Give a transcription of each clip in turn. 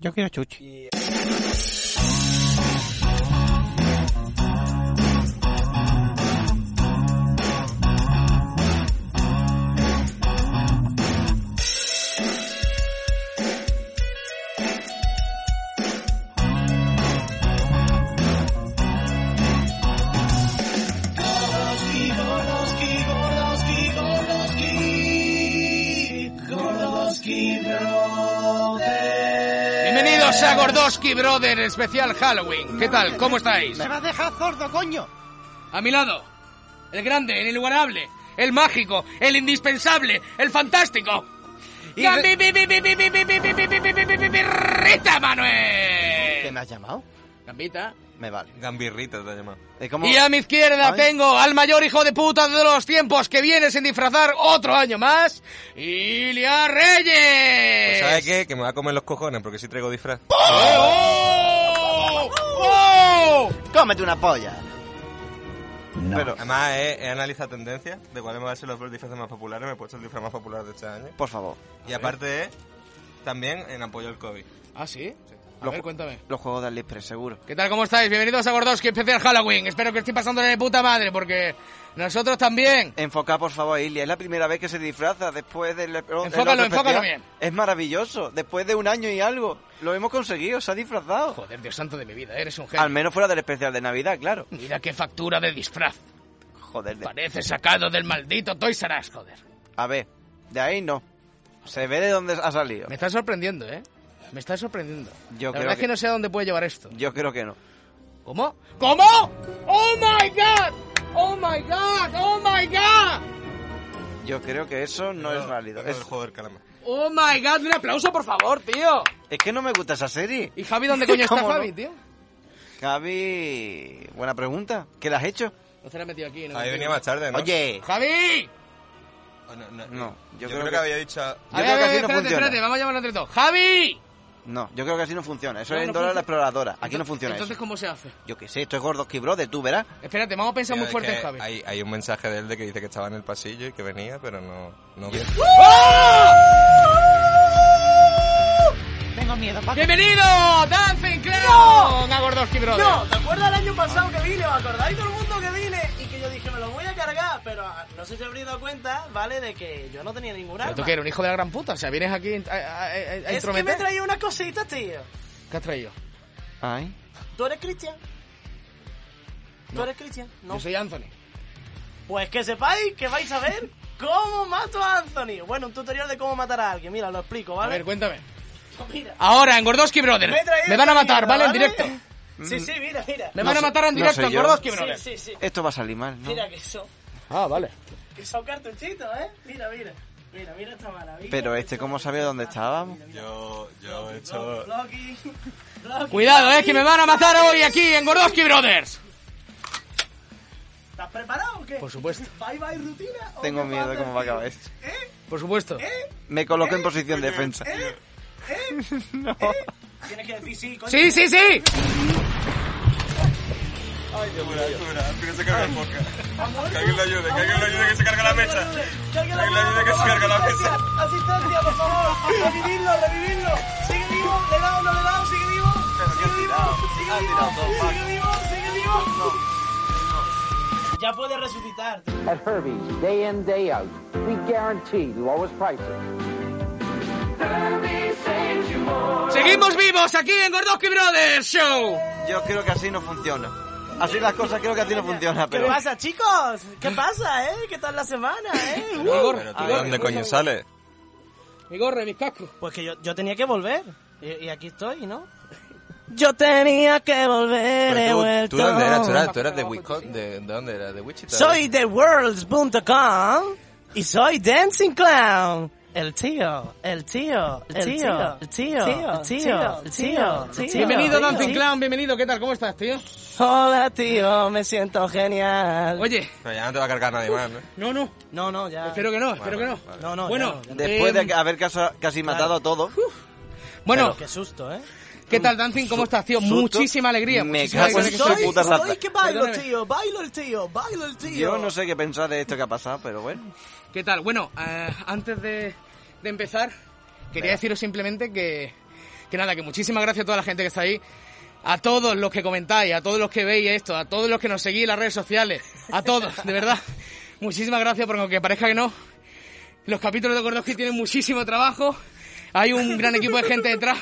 Yo quiero chuchi. Bienvenidos a Gordoski Brother, especial Halloween. ¿Qué tal? ¿Cómo estáis? ¡Me vas a dejar sordo, coño! A mi lado, el grande, el inigualable, el mágico, el indispensable, el fantástico. Y ¡Ya, re- bi, bi, bi, bi, bi, bi, bi, bi, bi, bi, bi, bi, bi, bi, bi, bi, Rita ¿Qué me Manuel. has llamado? Gambita. Me vale. Gambirrita te ha llamado. ¿Y cómo? Y a mi izquierda Ay. tengo al mayor hijo de puta de los tiempos que viene sin disfrazar otro año más, Ilia Reyes. Pues ¿Sabes qué? Que me va a comer los cojones porque si traigo disfraz. ¡Oh! ¡Oh! ¡Cómete una polla! Pero además eh, he, he analizado tendencias de cuáles van a ser los disfraces más populares. Me he puesto el disfraz más popular de este año. Por favor. Y aparte es también en apoyo al COVID. ¿Ah, sí? A Los ver, ju- cuéntame. Los juegos de Aliexpress, seguro. ¿Qué tal? ¿Cómo estáis? Bienvenidos a Gordoski Especial Halloween. Espero que estéis pasándole de puta madre porque nosotros también. Enfoca, por favor, a Ilia. Es la primera vez que se disfraza después del... el otro Enfócalo, enfócalo especial. bien. Es maravilloso. Después de un año y algo, lo hemos conseguido. Se ha disfrazado. Joder, Dios santo de mi vida, eres un Al genio. menos fuera del especial de Navidad, claro. Mira qué factura de disfraz. Joder, de- Parece sacado del maldito Toys R Us, joder. a ver, de ahí no. Se ve de dónde ha salido. Me está sorprendiendo, ¿eh? Me está sorprendiendo. La Yo creo verdad es que que- no sé a dónde puede llevar esto. Yo creo que no. ¿Cómo? ¿Cómo? ¡Oh my god! ¡Oh my god! ¡Oh my god! Yo creo que eso no es válido. Es Es, el juego del calamar. ¡Oh my god! ¡Un aplauso, por favor, tío! es que no me gusta esa serie. ¿Y Javi dónde coño está ¿Cómo no? Javi, tío? Javi, buena pregunta. ¿Qué le has hecho? No se la ha metido aquí, ¿no? Ahí venía más tarde, ¿no? Oye, ¡Javi! Oh, No, no, No, yo Yo, creo creo, que- que había dicho... A Yo ver, a creo que ver, así no espérate, funciona. espérate, vamos a llamarlo entre todos. ¡Javi! no, yo creo que así no funciona. Eso No, es no en Dora la funciona. exploradora. Aquí no funciona Entonces, eso. ¿cómo se hace? Yo qué sé, esto es Gordoski Brother, tú verás. Espérate, vamos a pensar muy Es fuerte en que Javi. Hay, hay un mensaje de él de que dice que estaba en el pasillo y que venía, pero no, no viene. ¡Oh! Tengo miedo, papi. ¡Bienvenido, Dancing Clown! A Gordoski Brothers. No, ¿te acuerdas el año pasado que vine? ¿Os acordáis todo el mundo que vine? Y que yo dije, me lo voy a cargar, pero ah, no sé si habréis dado cuenta, ¿vale? De que Eh, yo no tenía ningún Pero arma. tú que eres un hijo de la gran puta, o sea, vienes aquí a, a- a- a Es que me intrometer. he traído unas cositas, tío. ¿Qué has traído? Ay. ¿Tú eres Cristian? ¿Tú eres Cristian? No. Yo soy Anthony. Pues que sepáis que vais a ver cómo mato a Anthony. Bueno, un tutorial de cómo matar a alguien. Mira, lo explico, A ¿vale? ver, cuéntame. Mira. Ahora, en Gordoski Brothers. he traído Me van a esta matar, ¿vale? mierda, En directo. Mm. Sí, sí, mira, mira. Me van a sé- matar en no directo, sé en yo. Gordoski Brothers. Sí, sí, sí. Esto va a salir mal, ¿no? Mira que son, Ah, vale. que son cartuchitos, ¿eh? Mira, mira. Mira, mira esta maravilla. Pero este, ¿cómo sabía dónde estábamos? Yo, yo he hecho... Rocky, Rocky. Cuidado, eh, que me van a matar hoy aquí en Gordoski Brothers. ¿Estás preparado o qué? Por supuesto. Bye bye rutina. o Tengo qué miedo de pasa, cómo va a tío? acabar esto. ¿Eh? Por supuesto. ¿Eh? Me coloco en posición defensa. ¿Eh? ¿Eh? Tienes que decir sí, coño. Sí, sí, sí. Que se carga el podcast. ¿Ha muerto? Que alguien lo ayude, que ¿Ha alguien lo ayude, que muerto? se carga la mecha. Que Que alguien lo alguien lo ayude, ayude, que se por carga la favor, asistencia, Asistencia, por favor. Revivirlo, revivirlo. Sigue vivo, le he dado, no le he dado, sigue vivo. Sigue vivo, sigue vivo, sigue vivo, sigue vivo. Ya puede resucitar. tío. At Herbie's, day in, day out, we guarantee lowest prices. Seguimos vivos aquí en Gordoski Brothers Show. Yo creo que así no funciona. Así las cosas creo que así no funciona, ¿Qué pero... pasa, chicos? ¿Qué pasa, eh? ¿Qué tal la semana, eh? Uh. Igor, Pero tú, ¿de Igor, dónde Igor, coño Igor. sale? Igor, reviscasco. Pues que yo, yo tenía que volver. Y, y aquí estoy, ¿no? Yo tenía que volver, he Pero tú, vuelto. ¿Tú dónde eras? ¿Tú eras, tú eras de, Wico- de, ¿De dónde eras? ¿De Wichita? Soy de worlds.com y soy Dancing Clown. El tío, el tío, el tío, el tío, el tío, el tío, el tío. Bienvenido, Tío. Dancing Clown. Bienvenido. ¿Qué tal? ¿Cómo estás, tío? Hola, tío, me siento genial. Oye, Pero ya no te va a cargar nadie más, ¿no? no, no. No, no, ya. Espero que no, espero que no. vale. No, no, Bueno, ya no, Después em, de haber casa- casi matado a todos... Bueno, Qué susto, ¿eh? ¿qué tal, Dancing? ¿Cómo estás, tío? Susto. Muchísima alegría. Me muchísima cago en alegría su que estés puta aquí. rata. Perdóname. bailo el tío, bailo el tío. Yo no sé qué pensar de esto que ha pasado, pero bueno. ¿Qué tal? Bueno, eh, antes de, de empezar, quería deciros simplemente que, Que nada, que muchísimas gracias a toda la gente que está ahí. A todos los que comentáis, a todos los que veis esto, a todos los que nos seguís en las redes sociales, a todos, de verdad. Muchísimas gracias porque aunque parezca que no, los capítulos de Gordoski tienen muchísimo trabajo. Hay un gran equipo de gente detrás.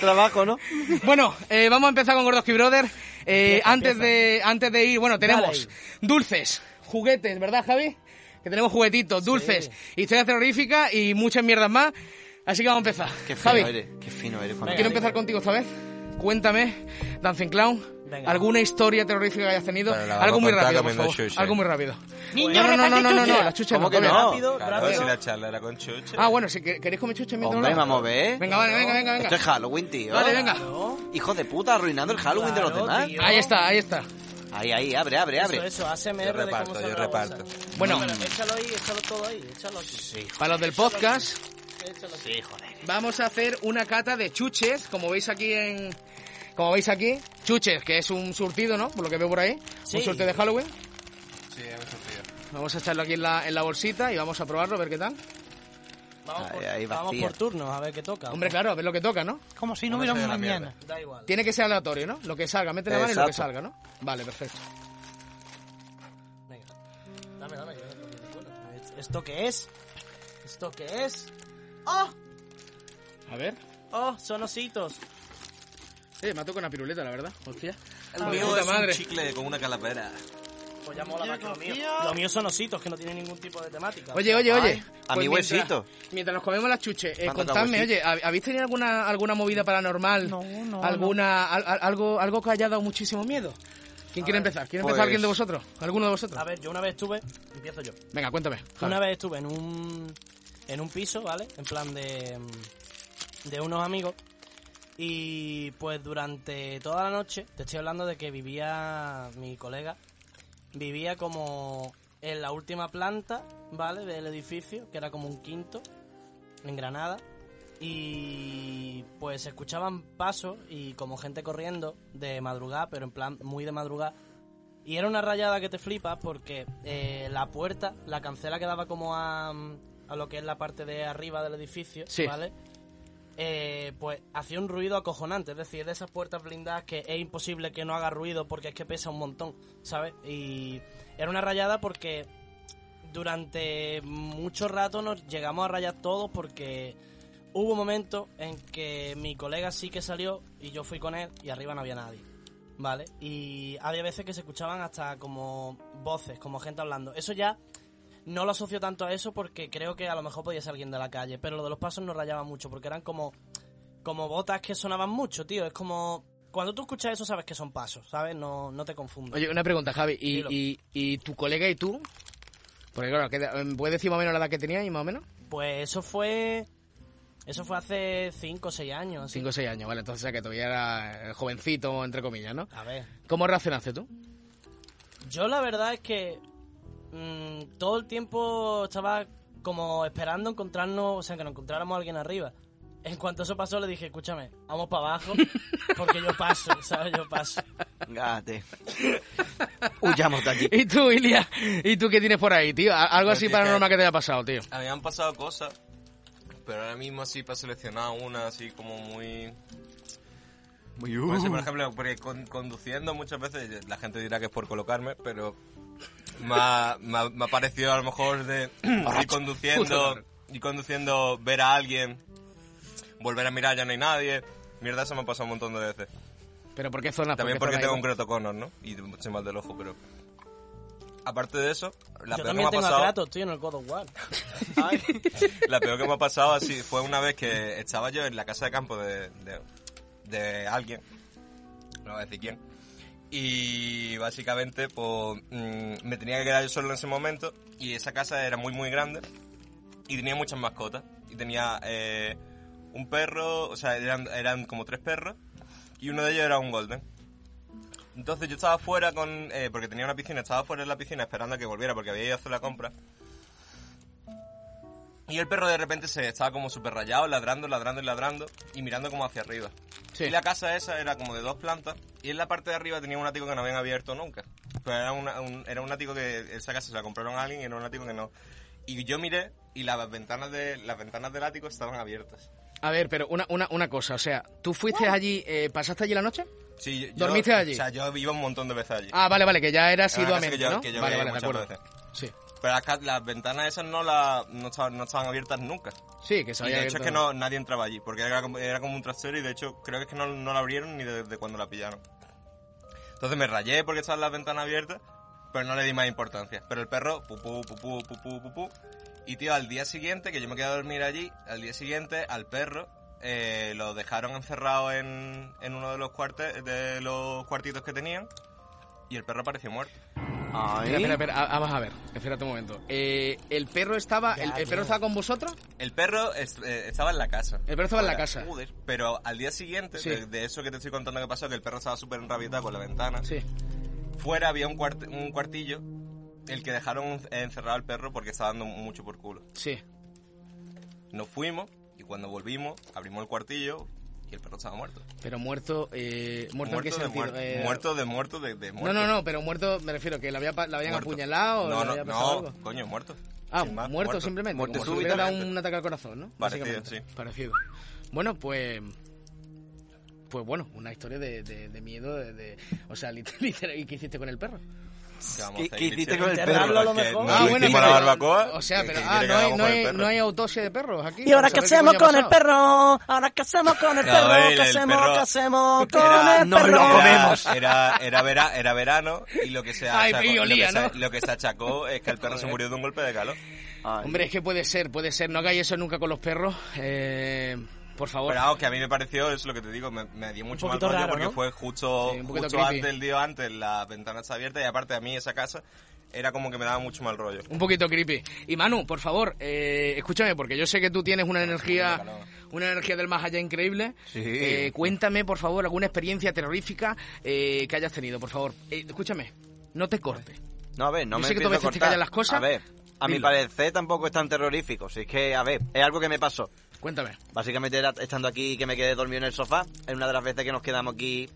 Trabajo, ¿no? Bueno, eh, vamos a empezar con Gordoski Brother. Eh, antes, de, antes de ir, bueno, tenemos dulces, juguetes, ¿verdad, Javi? Que tenemos juguetitos, dulces, historias terroríficas y muchas mierdas más. Así que vamos a empezar. Qué fino Javi, eres, qué fino eres. Juan. quiero empezar contigo esta vez. Cuéntame, Dancing Clown, Venga. alguna historia terrorífica que hayas tenido. Pero la vamos Algo a muy contar rápido, por comiendo favor. chuche. Algo muy rápido. Niño, no, no, no, reparte no, no, no, chuche. la chucha no, ¿Cómo que todavía no? Rápido, Claro, rápido. si la charla era con chuche. Ah, bueno, si que- queréis comer chuche mientras Hombre, hablamos. vamos a ver. Venga, vale, venga, venga, venga. Esto es Halloween, tío. Vale, venga. Claro, Hijo de puta, arruinando el Halloween de los claro, demás. tío. Ahí está, ahí está. Ahí, ahí, abre, abre, abre. Eso, eso, ASMR Yo de cómo reparto, saca yo la bolsa. reparto. Bueno. No, pero échalo ahí, échalo todo ahí, échalo aquí. Sí, Para los del podcast, échalo aquí. Sí, joder. vamos a hacer una cata de chuches, como veis aquí en... Como veis aquí, chuches, que es un surtido, ¿no? Por lo que veo por ahí. Sí. Un surtido de Halloween. Sí, hemos sufrido. Vamos a echarlo aquí en la, en la bolsita y vamos a probarlo, a ver qué tal. Vamos, por, Ahí, ahí, vamos vacía. por turno, a ver qué toca. Hombre, claro, a ver lo que toca, ¿no? Como si no Bueno, hubiera eso un de la mañana. Da igual. Tiene que ser aleatorio, ¿no? Lo que salga, mete la mano y lo que Exacto. salga, ¿no? Vale, perfecto. Venga. Dame, dame. yo no tengo ninguna. ¿Esto qué es? ¿Esto qué es? ¡Oh! A ver. ¡Oh! Son ositos. Eh, me ha tocado una piruleta, la verdad. Hostia. El Joder, mío puta es madre. un chicle con una calavera. Pues ya mola más que lo mío. Tío. Lo mío son ositos, que no tienen ningún tipo de temática. Oye, oye, oye. Pues Ay, a mi mientras- huesito. Mientras, nos comemos las chuches, eh, Me han tocado contadme, huesito. oye, ¿hab- ¿habéis tenido alguna alguna movida paranormal? No, no, ¿Alguna, al- al- algo, algo que haya dado muchísimo miedo? ¿Quién quiere empezar? ¿Quiere pues- empezar alguien de vosotros? ¿Alguno de vosotros? A ver, yo una vez estuve... Empiezo yo. Venga, cuéntame. Javi. Una vez estuve en un, en un piso, ¿vale? En plan de, mm, de unos amigos. Y pues durante toda la noche, te estoy hablando de que vivía mi colega, vivía como en la última planta, ¿vale? Del edificio, que era como un quinto, en Granada. Y pues se escuchaban pasos y como gente corriendo de madrugada, pero en plan muy de madrugada. Y era una rayada que te flipas porque eh, la puerta, la cancela que daba como a, a lo que es la parte de arriba del edificio, Sí. ¿vale? Eh, pues hacía un ruido acojonante, es decir, de esas puertas blindadas que es imposible que no haga ruido porque es que pesa un montón, ¿sabes? Y era una rayada porque durante mucho rato nos llegamos a rayar todos porque hubo momentos en que mi colega sí que salió y yo fui con él y arriba no había nadie. ¿Vale? Y había veces que se escuchaban hasta como voces, como gente hablando. Eso ya no lo asocio tanto a eso porque creo que a lo mejor podía ser alguien de la calle, pero lo de los pasos nos rayaba mucho porque eran como como botas que sonaban mucho, tío. Es como cuando tú escuchas eso sabes que son pasos, ¿sabes? No, no te confundas. Oye, una pregunta, Javi. ¿Y, Dilo. y, y tu colega y tú? Porque claro, ¿qué- ¿puedes decir más o menos la edad que teníais, más o menos? Pues eso fue. Eso fue hace 5 o 6 años. así. Cinco o seis años, vale. Entonces, o sea, que todavía era eh, jovencito, entre comillas, ¿no? A ver. ¿Cómo reaccionaste tú? Yo la verdad es que. mm, todo el tiempo estaba como esperando encontrarnos. O sea, que nos encontráramos a alguien arriba. En cuanto eso pasó, le dije, escúchame, vamos para abajo. Porque yo paso, ¿sabes? Yo paso. Gate. Huyamos de aquí. ¿Y tú, Ilia? ¿Y tú qué tienes por ahí, tío? Al- Algo Pues así es que- paranormal que te haya pasado, tío. Habían pasado cosas, pero ahora mismo así para seleccionar una así como muy... Muy Puede ser, por ejemplo, porque con- conduciendo muchas veces la gente dirá que es por colocarme, pero me ha, me ha- me ha parecido a lo mejor de ir conduciendo, ir conduciendo, ver a alguien, volver a mirar, ya no hay nadie. Mierda, eso me ha pasado un montón de veces. ¿Pero por qué zona? También porque tengo un un... crotoconor, ¿no? Y soy mal del ojo, pero... Aparte de eso, la yo peor que me también ha tengo pasado... a Kratos, tío, en el God of War. La peor que me ha pasado así fue una vez que estaba yo en la casa de campo de, de, de alguien, no voy a decir quién, y básicamente pues mm, me tenía que quedar yo solo en ese momento y esa casa era muy muy grande y tenía muchas mascotas y tenía eh, un perro, o sea, eran, eran como tres perros y uno de ellos era un golden. Entonces yo estaba fuera con, eh, porque tenía una piscina, estaba fuera en la piscina esperando a que volviera porque había ido a hacer la compra. Y el perro de repente se estaba como súper rayado, ladrando, ladrando y ladrando, y mirando como hacia arriba. Sí. Y la casa esa era como de dos plantas, y en la parte de arriba tenía un ático que no habían abierto nunca. Pero era, una- un, era un ático que esa casa se la compraron a alguien y era un ático que no. Y yo miré, y las ventanas, de, las ventanas del ático estaban abiertas. A ver, pero una, una, una cosa, o sea, ¿tú fuiste allí, eh, pasaste allí la noche? Sí, yo- ¿Dormiste allí? O sea, yo iba un montón de veces allí. Ah, vale, vale, que ya eras Era una casa asiduamente, que yo- ¿no? que yo vale, veía vale, de muchas acuerdo. veces. Sí, Pero las, ca- las ventanas esas no, la, no, estaban, no estaban abiertas nunca. sí, que se Y había de hecho es abierto- que no, nadie entraba allí, porque era como, era como un trastero y de hecho creo que es que no, no la abrieron ni desde cuando la pillaron. Entonces me rayé porque estaban las ventanas abiertas, pero no le di más importancia. Pero el perro, pupú, pupú, pupú, pupú. Y tío, al día siguiente, que yo me quedé a dormir allí, al día siguiente al perro eh, lo dejaron encerrado en, en uno de los, cuartes, de los cuartitos que tenían y el perro apareció muerto. Ay. Espera, espera, espera, ah, vamos a ver, espérate un momento. Eh, ¿El perro estaba el, el perro estaba con vosotros? El perro es- eh, estaba en la casa. El perro estaba en la Ahora, casa. joder, Pero al día siguiente, Sí. de, de eso que te estoy contando que pasó, que el perro estaba súper enrabietado con la ventana, Sí. fuera había un, cuart- un cuartillo, el que dejaron encerrado al perro porque estaba dando mucho por culo. Sí. Nos fuimos y cuando volvimos, abrimos el cuartillo y el perro estaba muerto. Pero muerto, eh, muerto, en qué de sentido? muerto, Eh, muerto de muerto de, de No, muerto. no, no, pero muerto me refiero que la, había, pa- la habían Muerto. apuñalado o no, le no, había pasado no, algo. coño, muerto. Ah, Sin más, muerto, simplemente. Muerte como si le súbita. hubiera dado un ataque al corazón, ¿no? Parecido, Básicamente. sí. Parecido. Bueno, pues. Pues bueno, una historia de, de- de miedo. De, de- o sea, lit- literal. ¿Y qué hiciste con el perro? ¿Qué, vamos a ¿Qué- hacer, qué hiciste Cristian? con el Enterrarlo a lo Porque mejor. no Ah, le bueno, hicimos la pero- barbacoa. pues, O sea, ¿qué- pero. qué Ah, quiere que no hay, hagamos no, con el hay, perro? no hay autopsia de perros aquí. Y ahora para qué saber hacemos coño ha con el pasado. perro, ahora qué hacemos con el No, perro, el- qué el hacemos, perro qué hacemos con Era, el no, perro. lo era- comemos. Era, era, vera- era verano y lo que se Ay, achacó, pero y lo, olía, que se, ¿no? lo que se achacó es que el perro se murió de un golpe de calor. Ay. Hombre, es que puede ser, puede ser. No hagáis eso nunca con los perros. Eh, por favor. Pero vamos, que a mí me pareció, es lo que te digo, me, me dio mucho mal poquito rollo raro, porque ¿no? fue justo, Sí, un poquito justo creepy. antes, el día antes, la ventana está abierta y aparte a mí esa casa era como que me daba mucho mal rollo. Un poquito creepy. Y Manu, por favor, eh, escúchame, porque yo sé que tú tienes una energía, una energía del más allá increíble. Sí. Eh, cuéntame, por favor, alguna experiencia terrorífica eh, que hayas tenido, por favor. Eh, escúchame, no te cortes. No, a ver, no Yo me sé que tú a empiezo veces te cortar. callas las cosas. A ver, a mi Dilo. parecer tampoco es tan terrorífico. Si es que, a ver, es algo que me pasó. Cuéntame. Básicamente era estando aquí que me quedé dormido en el sofá. Es una de las veces que nos quedamos aquí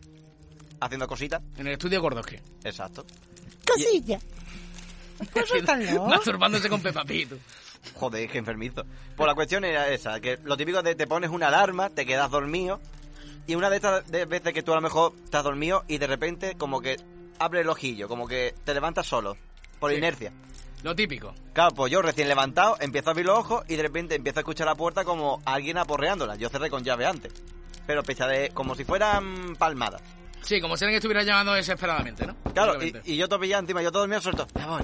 haciendo cositas. En el estudio Gordoski. Exacto. Cosilla. Masturbándose con Peppa Pig, tú. Joder, qué enfermizo. Pues la cuestión era esa, que lo típico de te pones una alarma, te quedas dormido. Y una de estas de- veces que tú a lo mejor estás dormido y de repente como que abre el ojillo, como que te levantas solo, por Sí. inercia. Lo típico. Claro, pues yo recién levantado, empiezo a abrir los ojos y de repente empiezo a escuchar la puerta como alguien aporreándola. Yo cerré con llave antes. Pero pesaré como si fueran palmadas. Sí, como si alguien estuviera llamando desesperadamente, ¿no? Claro, y, Básicamente. y yo topillado encima, yo todo dormido suelto. Me voy.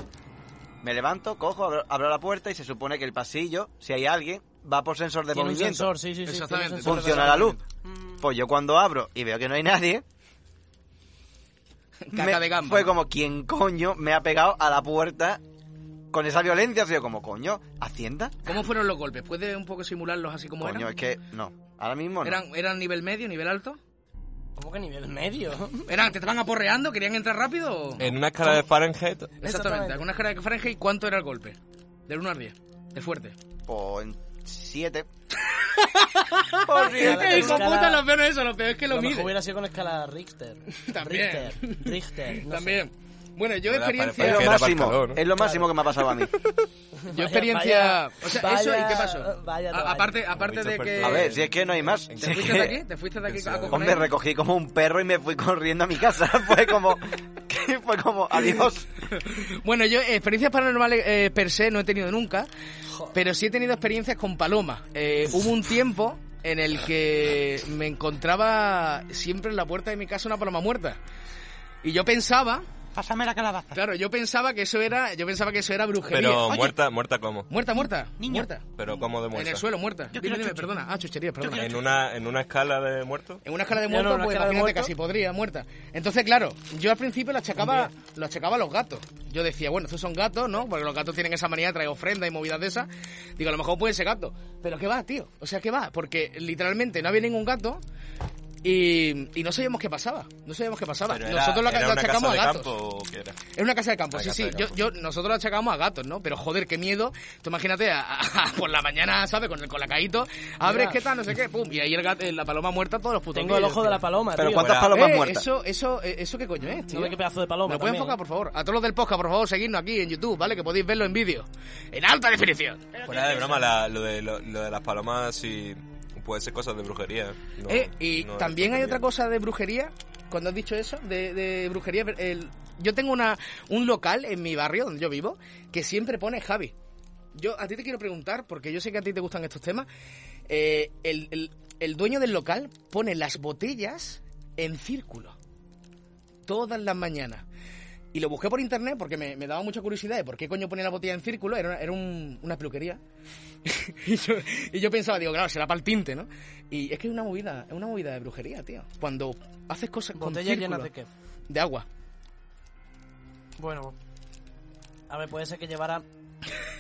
Me levanto, cojo, abro, abro la puerta y se supone que el pasillo, si hay alguien, va por sensor de Tiene un movimiento. sensor, sí, sí, sí. Exactamente. tiene un sensor. Funciona la luz. Mm. Pues yo cuando abro y veo que no hay nadie, Caca me- de gamba. fue como quien coño me ha pegado a la puerta con esa violencia. Así yo como coño, hacienda. ¿Cómo fueron los golpes? ¿Puedes un poco simularlos así como eran? Coño, es que no. Ahora mismo no. ¿Eran, ¿Eran nivel medio, nivel alto? ¿Cómo que nivel medio? ¿Eran, ¿Te estaban aporreando? ¿Querían entrar rápido? o- En una escala de Fahrenheit, Exactamente, Exactamente. alguna escala de Fahrenheit, ¿cuánto era el golpe? Del 1 al 10, de fuerte. Pues en siete. Claro, Eh, pero hijo escala- puta, lo peor es eso, lo peor es que Lo, lo mejor mide. hubiera sido con escala Richter. También. Richter. Richter. no sé. También. Bueno, yo Para- para- Es experiencia... lo Era para el máximo. calor, ¿no? Es lo máximo que me ha pasado a mí. Yo Vaya- experiencia... vaya- o sea, eso, vaya- ¿y qué pasó? vaya A- trabajo. aparte aparte de que... A ver, si es que no hay más. Si Eh, ¿Te es fuiste que- de aquí? ¿Te fuiste de aquí a cojones? Hombre, recogí como un perro y me fui corriendo a mi casa. Fue como... Fue como... Adiós. Bueno, yo eh, experiencias paranormales eh, per se no he tenido nunca, pero sí he tenido experiencias con palomas. Eh, hubo un tiempo en el que me encontraba siempre en la puerta de mi casa una paloma muerta. Y yo pensaba, Pásame la calabaza. claro, yo pensaba que eso era, yo pensaba que eso era brujería. pero Oye, muerta, muerta como. muerta, muerta, muerta. Pero como de En muerta. el suelo, muerta. Dime, dime, perdona. Ah, chuchería, perdona. En una, en una escala de muerto. En una escala de No, no, muertos, una pues escala de imagínate, muertos. casi podría, muerta. Entonces, claro, yo al principio lo achacaba, lo achacaba a los gatos. Yo decía, bueno, estos son gatos, ¿no? Porque los gatos tienen esa manía de traer ofrendas y movidas de esas. Digo, a lo mejor pueden ser gatos. Pero ¿qué va, tío? O sea, ¿qué va? Porque literalmente no había ningún gato y, y no sabíamos qué pasaba. No sabíamos qué pasaba. Pero era- Nosotros lo, era lo una casa achacamos a de gatos. campo, ¿o qué era? Es una casa de campo, Una sí, casa sí. de Yo, campo. yo, nosotros la achacábamos a gatos, ¿no? Pero joder, qué miedo. Tú imagínate, a- a- por la mañana, ¿sabes? Con el colacadito, abres, Mira. ¿qué tal? No sé qué, pum. Y ahí el gato, eh, la paloma muerta todos los putos Tengo el días, ojo tío. de la paloma, Pero tío. ¿cuántas Fuera. palomas Eh, muertas? Eso, eso, eh, eso qué coño es, tío. No ve qué pedazo de paloma ¿Me pueden también, enfocar, eh? por favor? A todos los del podcast, por favor, seguidnos aquí en YouTube, ¿vale? Que podéis verlo en vídeo. En alta definición. Fuera de broma, la- lo, de, lo, lo de las palomas, sí. Un puede ser cosas de brujería. No- Eh, y no es también hay brujería. otra cosa de brujería. Cuando has dicho eso, de, de brujería, el- yo tengo una, un local en mi barrio donde yo vivo que siempre pone Javi. Yo a ti te quiero preguntar, porque yo sé que a ti te gustan estos temas. eh, el, el- el dueño del local pone las botellas en círculo todas las mañanas. Y lo busqué por internet porque me, me daba mucha curiosidad de por qué coño ponía la botella en círculo. Era, una- era un- una peluquería. y, yo, y yo pensaba, digo, claro, será para el tinte, ¿no? Y es que es una movida, es una movida de brujería, tío. Cuando haces cosas con ¿Botellas círculo, llenas de qué? de agua. Bueno, a ver, puede ser que llevara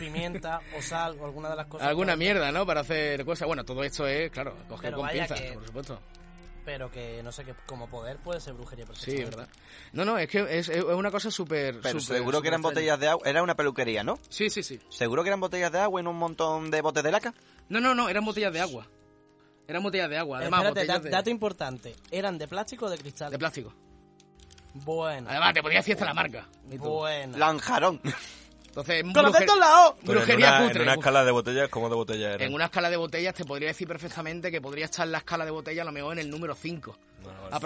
pimienta o sal o alguna de las cosas. Alguna que- mierda, ¿no? Para hacer cosas. Bueno, todo esto es, claro, coger Pero con vaya pinzas, que- por supuesto. Pero que no sé qué, como poder puede ser brujería. Sí, perfectamente. es verdad. No, no, es que es, es una cosa súper... Pero súper- seguro súper que eran extraña. botellas de agua. Era una peluquería, ¿no? Sí, sí, sí. Seguro que eran botellas de agua en un montón de botes de laca. No, no, no, eran botellas de agua. Eran botellas de agua, además Espérate, botellas da- de- dato importante. ¿Eran de plástico o de cristal? de plástico. Bueno. Además, te podía fiesta la marca. Y todo. Bueno. Lanjarón. Entonces, ¡Con los brujer- dedos en la O! Pero en brujería una, en cutre. una Uf. escala de botellas, ¿cómo de botellas eran? En una escala de botellas te podría decir perfectamente que podría estar la escala de botella a lo mejor en el número 5.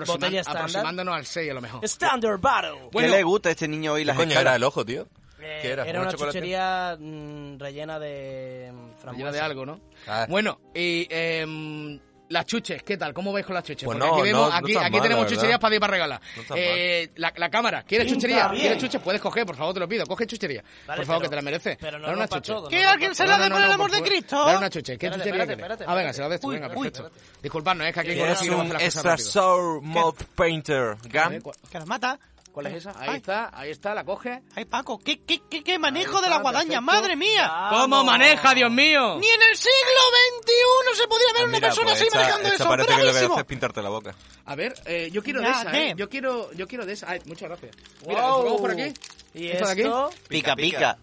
Botella estándar. aproximándonos al 6 a lo mejor. Standard Battle. Bueno. ¿Qué le gusta a este niño hoy las ¿Qué coño era escalas? el ojo, tío? Eh, ¿Qué era? una chocolate? chuchería mm, rellena de mm, frambuesa. Llena de algo, ¿no? Ah. Bueno, y em, las chuches, ¿qué tal? ¿Cómo vais con las chuches? Pues Porque no, aquí, vemos- no, no aquí, están aquí mal, la tenemos verdad. chucherías para ir para regalar. No están Eh, la, la cámara, ¿quieres chuchería? ¿Quieres chuches? Puedes coger, por favor, te lo pido. Coge chuchería. Vale, por favor, pero- que te la mereces. pero no Dale una rompa chuche. todo, ¿Qué? no rompa todo. la de por el amor de Cristo? Dale una chuche. ¿Qué Espérate, chuchería espérate, quieres? espérate, Ah, venga, espérate. se la des tú. Uy, Venga, uy, perfecto. Disculpadnos, es que aquí Eres sí un hacer las cosas extra rápido. sour mouth painter, Ah, ¿Vale? Gan. ¿Cuál- Que las mata. ¿Cuál es esa? Ahí Ay. está, ahí está, la coge. Ay, Paco, qué, qué, qué, qué manejo Ahí de la está, guadaña, perfecto. madre mía. ¿Cómo maneja, Dios mío? Ni en el siglo XXI se podía ver una Mira, persona pues así esta- manejando esta eso. parece que lo que hace ¡Bravísimo! es pintarte la boca. A ver, eh, yo quiero Ya, de esa, ¿eh? ¿qué? Yo quiero, yo quiero de esa. Ay, muchas gracias. Mira, Wow. ¿vamos por aquí? ¿Y ¿Esto de aquí? esto? Pica, pica.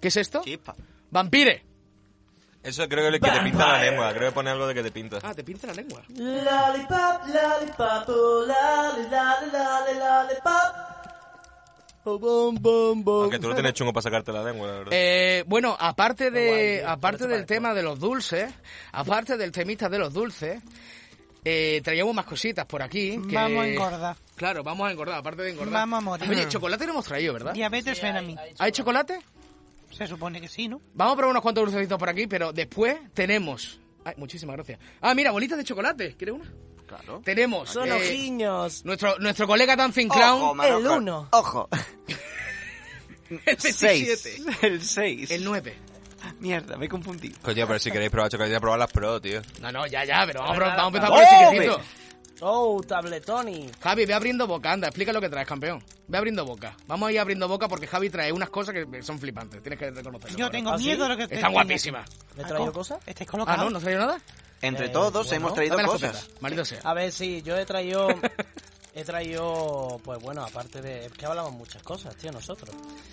¿Qué es esto? Chispa. ¡Vampire! Eso creo que es el que te pinta la lengua. Creo que pone algo de que te pinta. Ah, te pinta la lengua. Lollipop, lollipop, oh, lolly, lolly, lolly, lollipop. Oh, bom, bom, bom. Aunque tú lo tienes chungo para sacarte la lengua, la verdad. Eh, bueno, aparte guay, de tío, aparte parece del tema de los dulces, aparte del temita de los dulces, eh, traíamos más cositas por aquí. Que... Vamos a engordar. Claro, vamos a engordar, aparte de engordar. Vamos a morir. Oye, chocolate no hemos traído, ¿verdad? Diabetes ven a mí. ¿Hay chocolate? Se supone que sí, ¿no? Vamos a probar unos cuantos dulcecitos por aquí, pero después tenemos... Ay, muchísimas gracias. Ah, mira, bolitas de chocolate. ¿Quieres una? Claro. Tenemos... Son eh, ojiños. Nuestro, nuestro colega Dancing Clown, Ojo, Manolo, el claro. uno. Ojo. el 6. 27, El 6. el 9. Mierda, me confundí. Coño, pero si queréis probar chocolate, probad las pro, tío. No, no, ya, ya, pero vamos, a pro- Nada, vamos a empezar por nada. el chiquitito. ¡Hombre! Oh, tabletoni. Javi, ve abriendo boca, anda, explica lo que traes, campeón. Ve abriendo boca. Vamos a ir abriendo boca porque Javi trae unas cosas que son flipantes, tienes que reconocerlo. Yo la tengo ¿Ah, sí? miedo de lo que verdad. Están guapísimas. ¿Me he traído cosas? Estáis Ah, colocados. ¿no? ¿No has traído nada? Entre Eh, todos bueno, hemos traído Dame las cosas. cositas, maldito sea. A ver, sí, yo he traído... He traído, pues bueno, aparte de... Es que hablamos muchas cosas, tío, nosotros.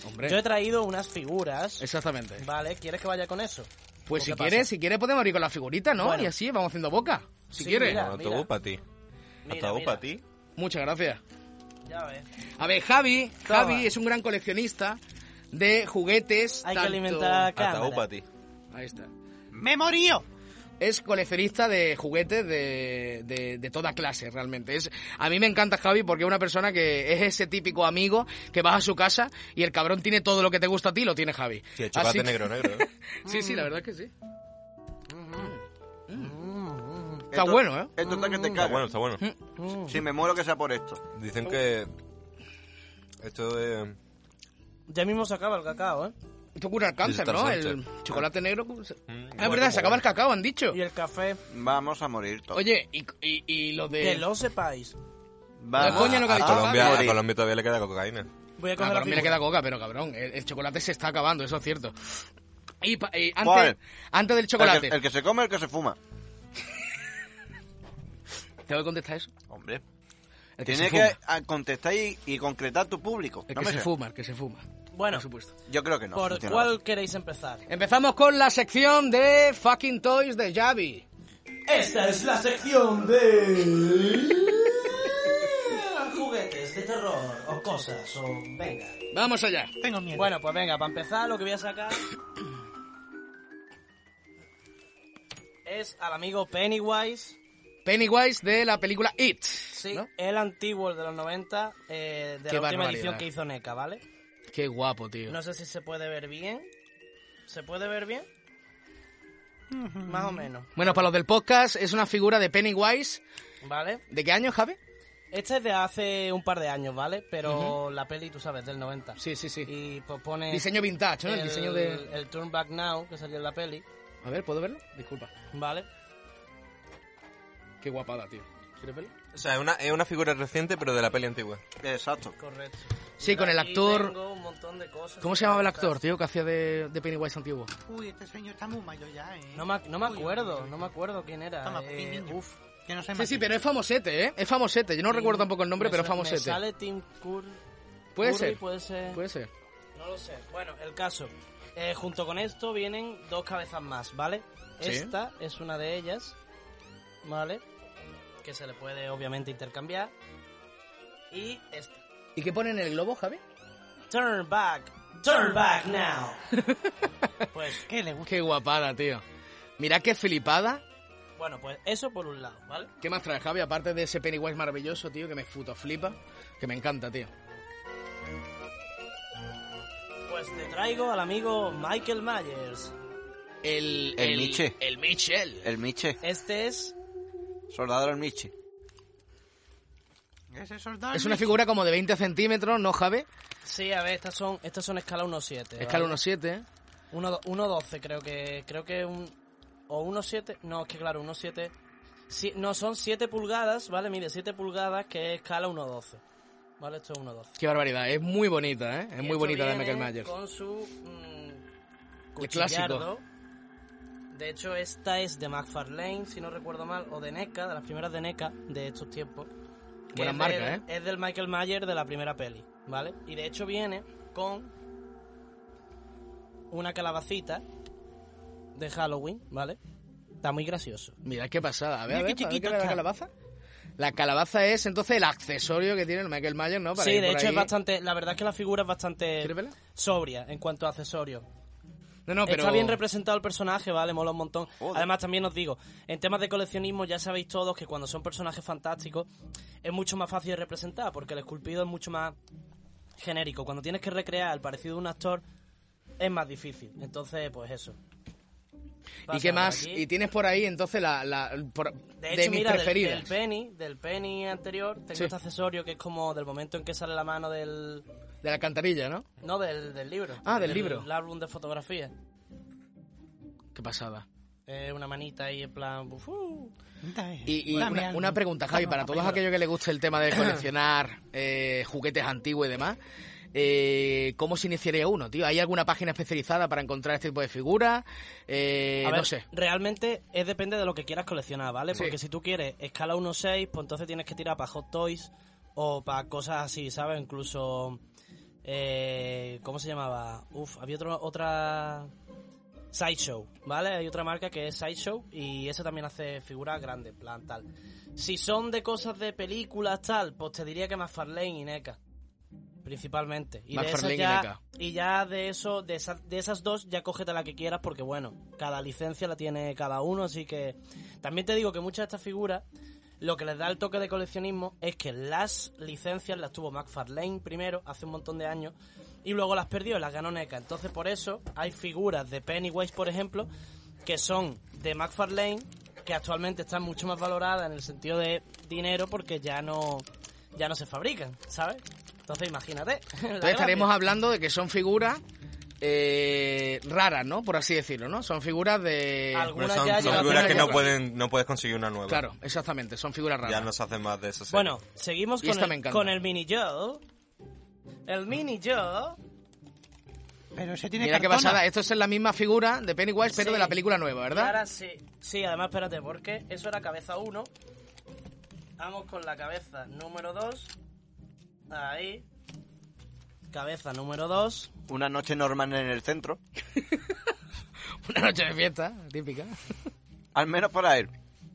Hombre, Yo he traído unas figuras. exactamente. Vale, ¿quieres que vaya con eso? Pues ¿O si qué pasa? quieres, si quieres podemos abrir con la figurita, ¿no? Bueno. Y así vamos haciendo boca. Si Sí, quieres. mira. No te para ti. Mira, Hasta mira. para ti. Muchas gracias. Ya ves. A ver, Javi, Toma. Javi es un gran coleccionista de juguetes. Hay que tanto- alimentar Hasta cámara. para ti. Ahí está. ¡Me morío! es coleccionista de juguetes de, de- de toda clase, realmente. Es, a mí me encanta Javi porque es una persona que es ese típico amigo que vas a su casa y el cabrón tiene todo lo que te gusta a ti, lo tiene Javi. Sí, el chocolate Así que- negro, negro. ¿eh? Sí, sí, la verdad es que sí. Está Mm. Esto- bueno, ¿eh? Esto está que te Está cagas. bueno, está bueno. Si me muero que sea por esto. Dicen que... Esto de... Ya mismo se acaba el cacao, ¿eh? Esto cura el cáncer, ¿no? El Interesante. chocolate negro. Ah, igual es verdad, como se acaba el bueno. cacao, han dicho. Y el café, Vamos a morir todos. Oye, y, y, y lo de. que lo sepáis. Vamos la coña lo que ha A dicho Colombia, Javi. a Colombia todavía le queda cocaína. Voy a Ah, coger para la mí le figura. queda coca, pero cabrón, el, el chocolate se está acabando, eso es cierto. Y, pa- y antes, ¿Cuál? antes del El chocolate, que, el que se come, el que se fuma. tengo que contestar eso. Hombre. El que Tienes se que fuma. ah, contestar y, y concretar tu público. El No que me se sé. fuma, el que se fuma. Bueno, Por supuesto. Yo creo que no. no ¿por tiene cuál nada. queréis empezar? Empezamos con la sección de fucking toys de Javi. Esta es la sección de... Juguetes de terror, o cosas, o... Venga. Vamos allá. Tengo miedo. Bueno, pues venga, para empezar lo que voy a sacar... es al amigo Pennywise. Pennywise de la película It. Sí, ¿no? el antiguo el de los 90, eh, de Qué la última barbaridad. edición que hizo NECA, ¿vale? Qué guapo, tío. No sé si se puede ver bien. ¿Se puede ver bien? Más o menos, Bueno, para los del podcast, es una figura de Pennywise. ¿vale? ¿De qué año, Javi? Esta es de hace un par de años, ¿vale? Pero la peli, tú sabes, del 90. Sí, sí, sí. Y pues pone... Diseño vintage, ¿no? El, diseño de... El Turn Back Now, que salió en la peli, A ver, ¿puedo verlo? Disculpa. ¿vale? Qué guapada, tío. ¿Quieres verlo? O sea, es una, es una figura reciente, pero de la peli antigua. Exacto. Correcto. Sí, Y con el aquí actor- tengo un montón de cosas. ¿Cómo se llamaba el actor, tío, que hacía de, de Pennywise antiguo? Uy, este sueño está muy mayor ya, ¿eh? No me, no me Uy, acuerdo, no me acuerdo quién era. Toma, eh, mi niño. uf. Que no se Sí, sí, pero es famosete, ¿eh? Es famosete. Yo no recuerdo tampoco el nombre, Me pero es sa- me famosete. Sale Tim Cur- Puede Curry, ser. Puede ser. Puede ser. No lo sé. Bueno, el caso. Eh, junto con esto vienen dos cabezas más, ¿vale? Sí. Esta es una de ellas, ¿vale? Que se le puede obviamente intercambiar. Y esta. ¿Y qué pone en el globo, Javi? Turn back, turn back now. pues, ¿Qué le gusta? Qué guapada, tío. Mirad qué flipada. bueno, pues eso por un lado, ¿vale? ¿Qué más traes, Javi? Aparte de ese Pennywise maravilloso, tío, que me puto flipa. Que me encanta, tío. Pues te traigo al amigo Michael Myers. El... El Miche. El Michel. El Miche. Este es Soldado del Miche. Ese soldado. Es una Michi. figura como de 20 centímetros, ¿no, Javi? Sí, a ver, estas son, estas son escala 1.7. Escala ¿eh? ¿vale? 1.7. 1.12 creo que, creo que un, o 1.7, no, es que claro, 1.7, sí, no, son 7 pulgadas, ¿vale? Mide 7 pulgadas, que es escala 1.12, ¿vale? Esto es 1.12. Qué barbaridad. Es muy bonita, ¿eh? Es Y muy esto bonita de viene Michael Myers. con su mm, El clásico. cuchillardo. De hecho, esta es de McFarlane, si no recuerdo mal, o de NECA, de las primeras de NECA de estos tiempos. que Buena es marca, del- ¿eh? Es del Michael Myers de la primera peli, ¿vale? Y de hecho viene con una calabacita de Halloween, ¿vale? Está muy gracioso. Mirad qué pasada. A ver, Mira a ver, qué a ver, chiquita ¿qué era la está. calabaza? La calabaza es entonces el accesorio que tiene el Michael Myers, ¿no? Para sí, ir de por hecho ahí. es bastante, la verdad es que la figura es bastante ¿Quieres verla? sobria en cuanto a accesorios. No, no, pero. Está bien representado el personaje, vale, mola un montón. Joder. Además, también os digo, en temas de coleccionismo ya sabéis todos que cuando son personajes fantásticos es mucho más fácil de representar porque el esculpido es mucho más genérico. Cuando tienes que recrear el parecido de un actor es más difícil. Entonces, pues eso. ¿Y Pasa qué por más? aquí. Y tienes por ahí entonces la. la por- De hecho, mis mira, del- preferidas. Del, penny, del penny anterior, tengo Sí. este accesorio que es como del momento en que sale la mano del... De la alcantarilla, ¿no? No, del, del libro. Ah, del libro. El álbum de fotografía. Qué pasada. Eh, una manita ahí en plan... uh, ¡ufú! Dame, Y, y dame una, algo. una pregunta, Javi, Dame para una todos película. aquellos que les guste el tema de coleccionar eh, juguetes antiguos y demás, eh, ¿cómo se iniciaría uno, tío? ¿Hay alguna página especializada para encontrar este tipo de figuras? Eh, A ver, no sé. Realmente es depende de lo que quieras coleccionar, ¿vale? Sí. Porque si tú quieres escala 1.6, pues entonces tienes que tirar para Hot Toys o para cosas así, ¿sabes? Incluso. eh, ¿Cómo se llamaba? Uf, había otro- otra. Sideshow, ¿vale? Hay otra marca que es Sideshow y esa también hace figuras grandes, en plan tal. Si son de cosas de películas tal, pues te diría que McFarlane y NECA. Principalmente. Y, de esas McFarlane y ya- NECA. y ya de eso, de, esa- de esas dos, ya cógete la que quieras porque bueno, cada licencia la tiene cada uno, así que... También te digo que muchas de estas figuras, lo que les da el toque de coleccionismo es que las licencias las tuvo McFarlane primero, hace un montón de años, y luego las perdió y las ganó NECA. Entonces por eso hay figuras de Pennywise, por ejemplo, que son de McFarlane, que actualmente están mucho más valoradas en el sentido de dinero porque ya no, ya no se fabrican, ¿sabes? Entonces imagínate. la Entonces estaremos gracia. hablando de que son figuras eh, raras, ¿no? Por así decirlo, ¿no? Son figuras de... Algunas Pero son, ya son llevan- figuras que no, Claro. pueden, no puedes conseguir una nueva. Claro, exactamente, son figuras raras. Ya no se hacen más de esas. Bueno, seguimos Y con esta me el, encanta. con el mini yo. El mini yo. Pero ese tiene Mira qué cartona. pasada, esto es la misma figura de Pennywise, pero Sí. de la película nueva, Y ¿verdad? Ahora sí. Sí, además, espérate, porque eso era cabeza 1. Vamos con la cabeza número 2. Ahí. Cabeza número 2. Una noche normal en el centro. Una noche de fiesta, típica. Al menos para él.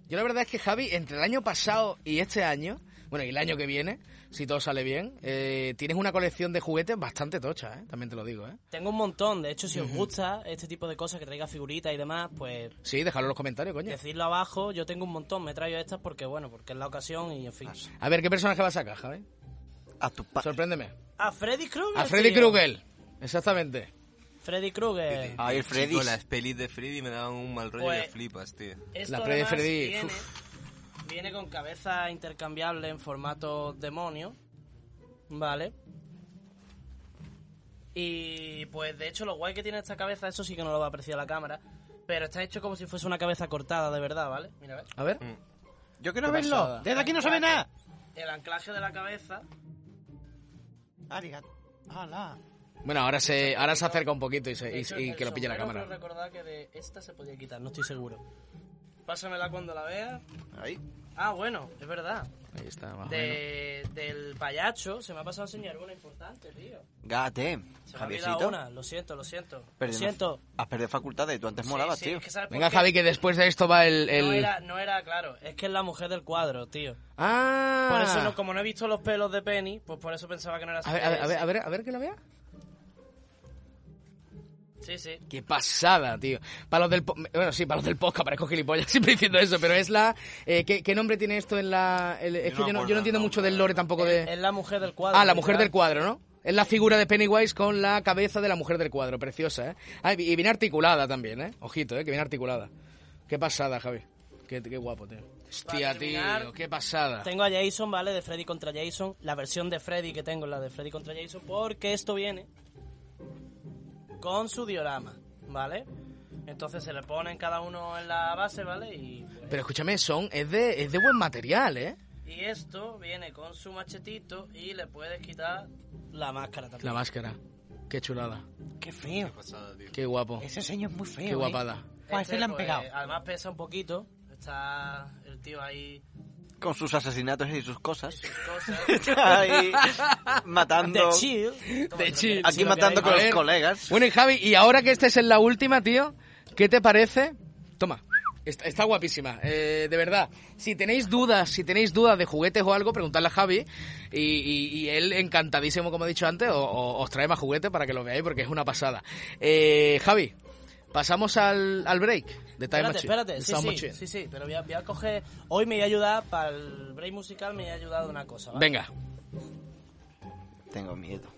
Yo la verdad es que Javi, entre el año pasado y este año, Bueno, y el año que viene, si todo sale bien, eh, tienes una colección de juguetes bastante tocha, ¿eh? También te lo digo, ¿eh? Tengo un montón, de hecho, si os gusta este tipo de cosas que traiga figuritas y demás, pues Sí, dejadlo en los comentarios, coño. decidlo abajo. Yo tengo un montón, me he traído estas porque, bueno, porque es la ocasión y en fin. A ver, ¿qué personaje vas a sacar, Javi? A tu padre. Sorpréndeme. A Freddy Krueger. A Freddy Pues, tío. Krueger. Exactamente. Freddy Krueger. Ay, el Freddy. Chico, las pelis de Freddy me daban un mal rollo Pues- que flipas, tío. Esto La Freddy además Freddy, Viene, viene con cabeza intercambiable en formato demonio. Vale. Y pues de hecho lo guay que tiene esta cabeza, eso sí que no lo va a apreciar la cámara. Pero está hecho como si fuese una cabeza cortada de verdad, ¿vale? Mira, a ver. A ver. Yo quiero Qué verlo. pasada. Desde aquí no se ve nada. El anclaje de la cabeza. Arigat. Ah, Ala. Bueno, ahora se, ahora se acerca un poquito Eh, y, se- De y- hecho, y el que lo pille la sombrero cámara. creo recordar que de esta se podía quitar, no estoy seguro. Pásamela cuando la vea. Ahí. Ah, bueno, es verdad. Ahí está, más o menos. De- del payacho, se me ha pasado a enseñar una importante, tío. God damn. Se me ha olvidado Javiercito. una, lo siento, lo siento. Lo Perdiendo- siento. Has perdido facultades, tú antes molabas, Sí, sí, tío. es que ¿sabes por Venga, qué? Javi, que después de esto va el... No el- era, no era claro, es que es la mujer del cuadro, tío. Ah. Por eso, no, como no he visto los pelos de Penny, pues por eso pensaba que no era A ver, a ver, a ver, a ver, a ver que la vea. Sí, sí. Qué pasada, tío. Para los del... po- Bueno, sí, para los del podcast, parezco gilipollas siempre diciendo eso, pero es la... eh, ¿qué, qué nombre tiene esto en la...? el- es Yo que no yo, no, acuerdo yo no el entiendo nombre, mucho del la lore tampoco de... Es la mujer del cuadro. Ah, la mujer del literal. cuadro, ¿no? Es la figura de Pennywise con la cabeza de la mujer del cuadro, preciosa, ¿eh? Ah, y y bien articulada también, ¿eh? Ojito, ¿eh? Que bien articulada. Qué pasada, Javi. Qué, qué guapo, tío. Hostia, terminar, tío, qué pasada. Tengo a Jason, ¿vale? De Freddy contra Jason. La versión de Freddy que tengo es la de Freddy contra Jason. Porque esto viene con su diorama, ¿vale? Entonces se le ponen cada uno en la base, ¿vale? Y, pues, Pero escúchame, son... Es de, es de buen material, ¿eh? y esto viene con su machetito y le puedes quitar la máscara también. La máscara. Qué chulada. Qué feo. Qué guapo. Ese señor es muy feo. Qué ¿eh? guapada. Juan, ese le han pues, pegado. además pesa un poquito. Está el tío ahí Con sus asesinatos y sus cosas. sus cosas. Está ahí De matando. chill. De chill. Aquí Si lo matando con A los ver. colegas. Bueno, y Javi, y ahora que estés en la última, tío, ¿qué te parece? Toma. Está, está guapísima, eh, de verdad. Si tenéis dudas, si tenéis dudas de juguetes o algo, preguntadle a Javi y, y- y él encantadísimo, como he dicho antes, o- o- os trae más juguetes para que lo veáis porque es una pasada. Eh, Javi, pasamos al, al break de Time Espérate, Machine. espérate, de sí, Sound sí, Machine. sí, sí, pero voy a, voy a coger... Hoy me voy a ayudar, para el break musical me voy a ayudar de una cosa, ¿vale? Venga, Tengo miedo.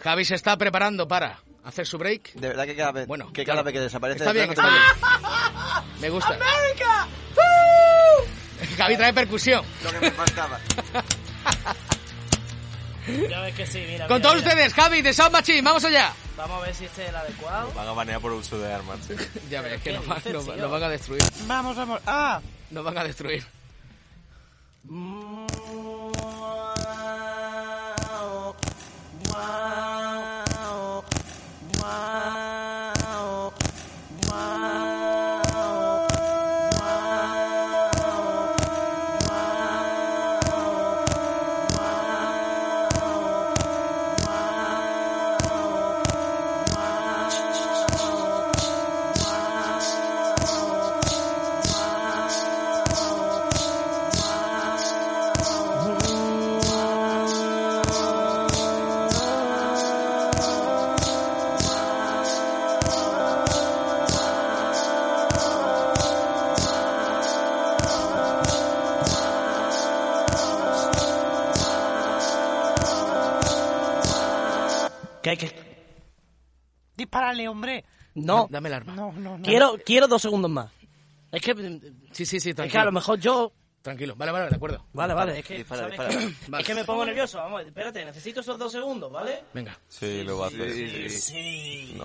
Javi se está preparando para hacer su break. De verdad que cada vez, Bueno, que, claro. cada vez que desaparece Está de bien, plano, está bien. Me gusta. Javi trae percusión. Lo que me faltaba. Ya ves que sí, mira. Con mira, todos mira. ustedes, Javi de Sound Machine, vamos allá. Vamos a ver si este es el adecuado. Van a banear por uso de armas. tío. Ya ves, que ¿qué nos, van- dices, nos van- tío? nos van a destruir. Vamos, vamos. Ah, Nos van a destruir. Mm. Que hay que... disparale, hombre. No, Dame el arma. No, no, no. quiero, quiero dos segundos más. Es que... Sí, sí, sí, Es que a lo tranquilo. mejor yo... Tranquilo. Vale, vale, de acuerdo. Vale, vale, es que... Dispara, ¿sabes? dispara. Es que me pongo nervioso, vamos, espérate, necesito esos dos segundos, ¿vale? Venga. Sí, lo va a hacer. Sí.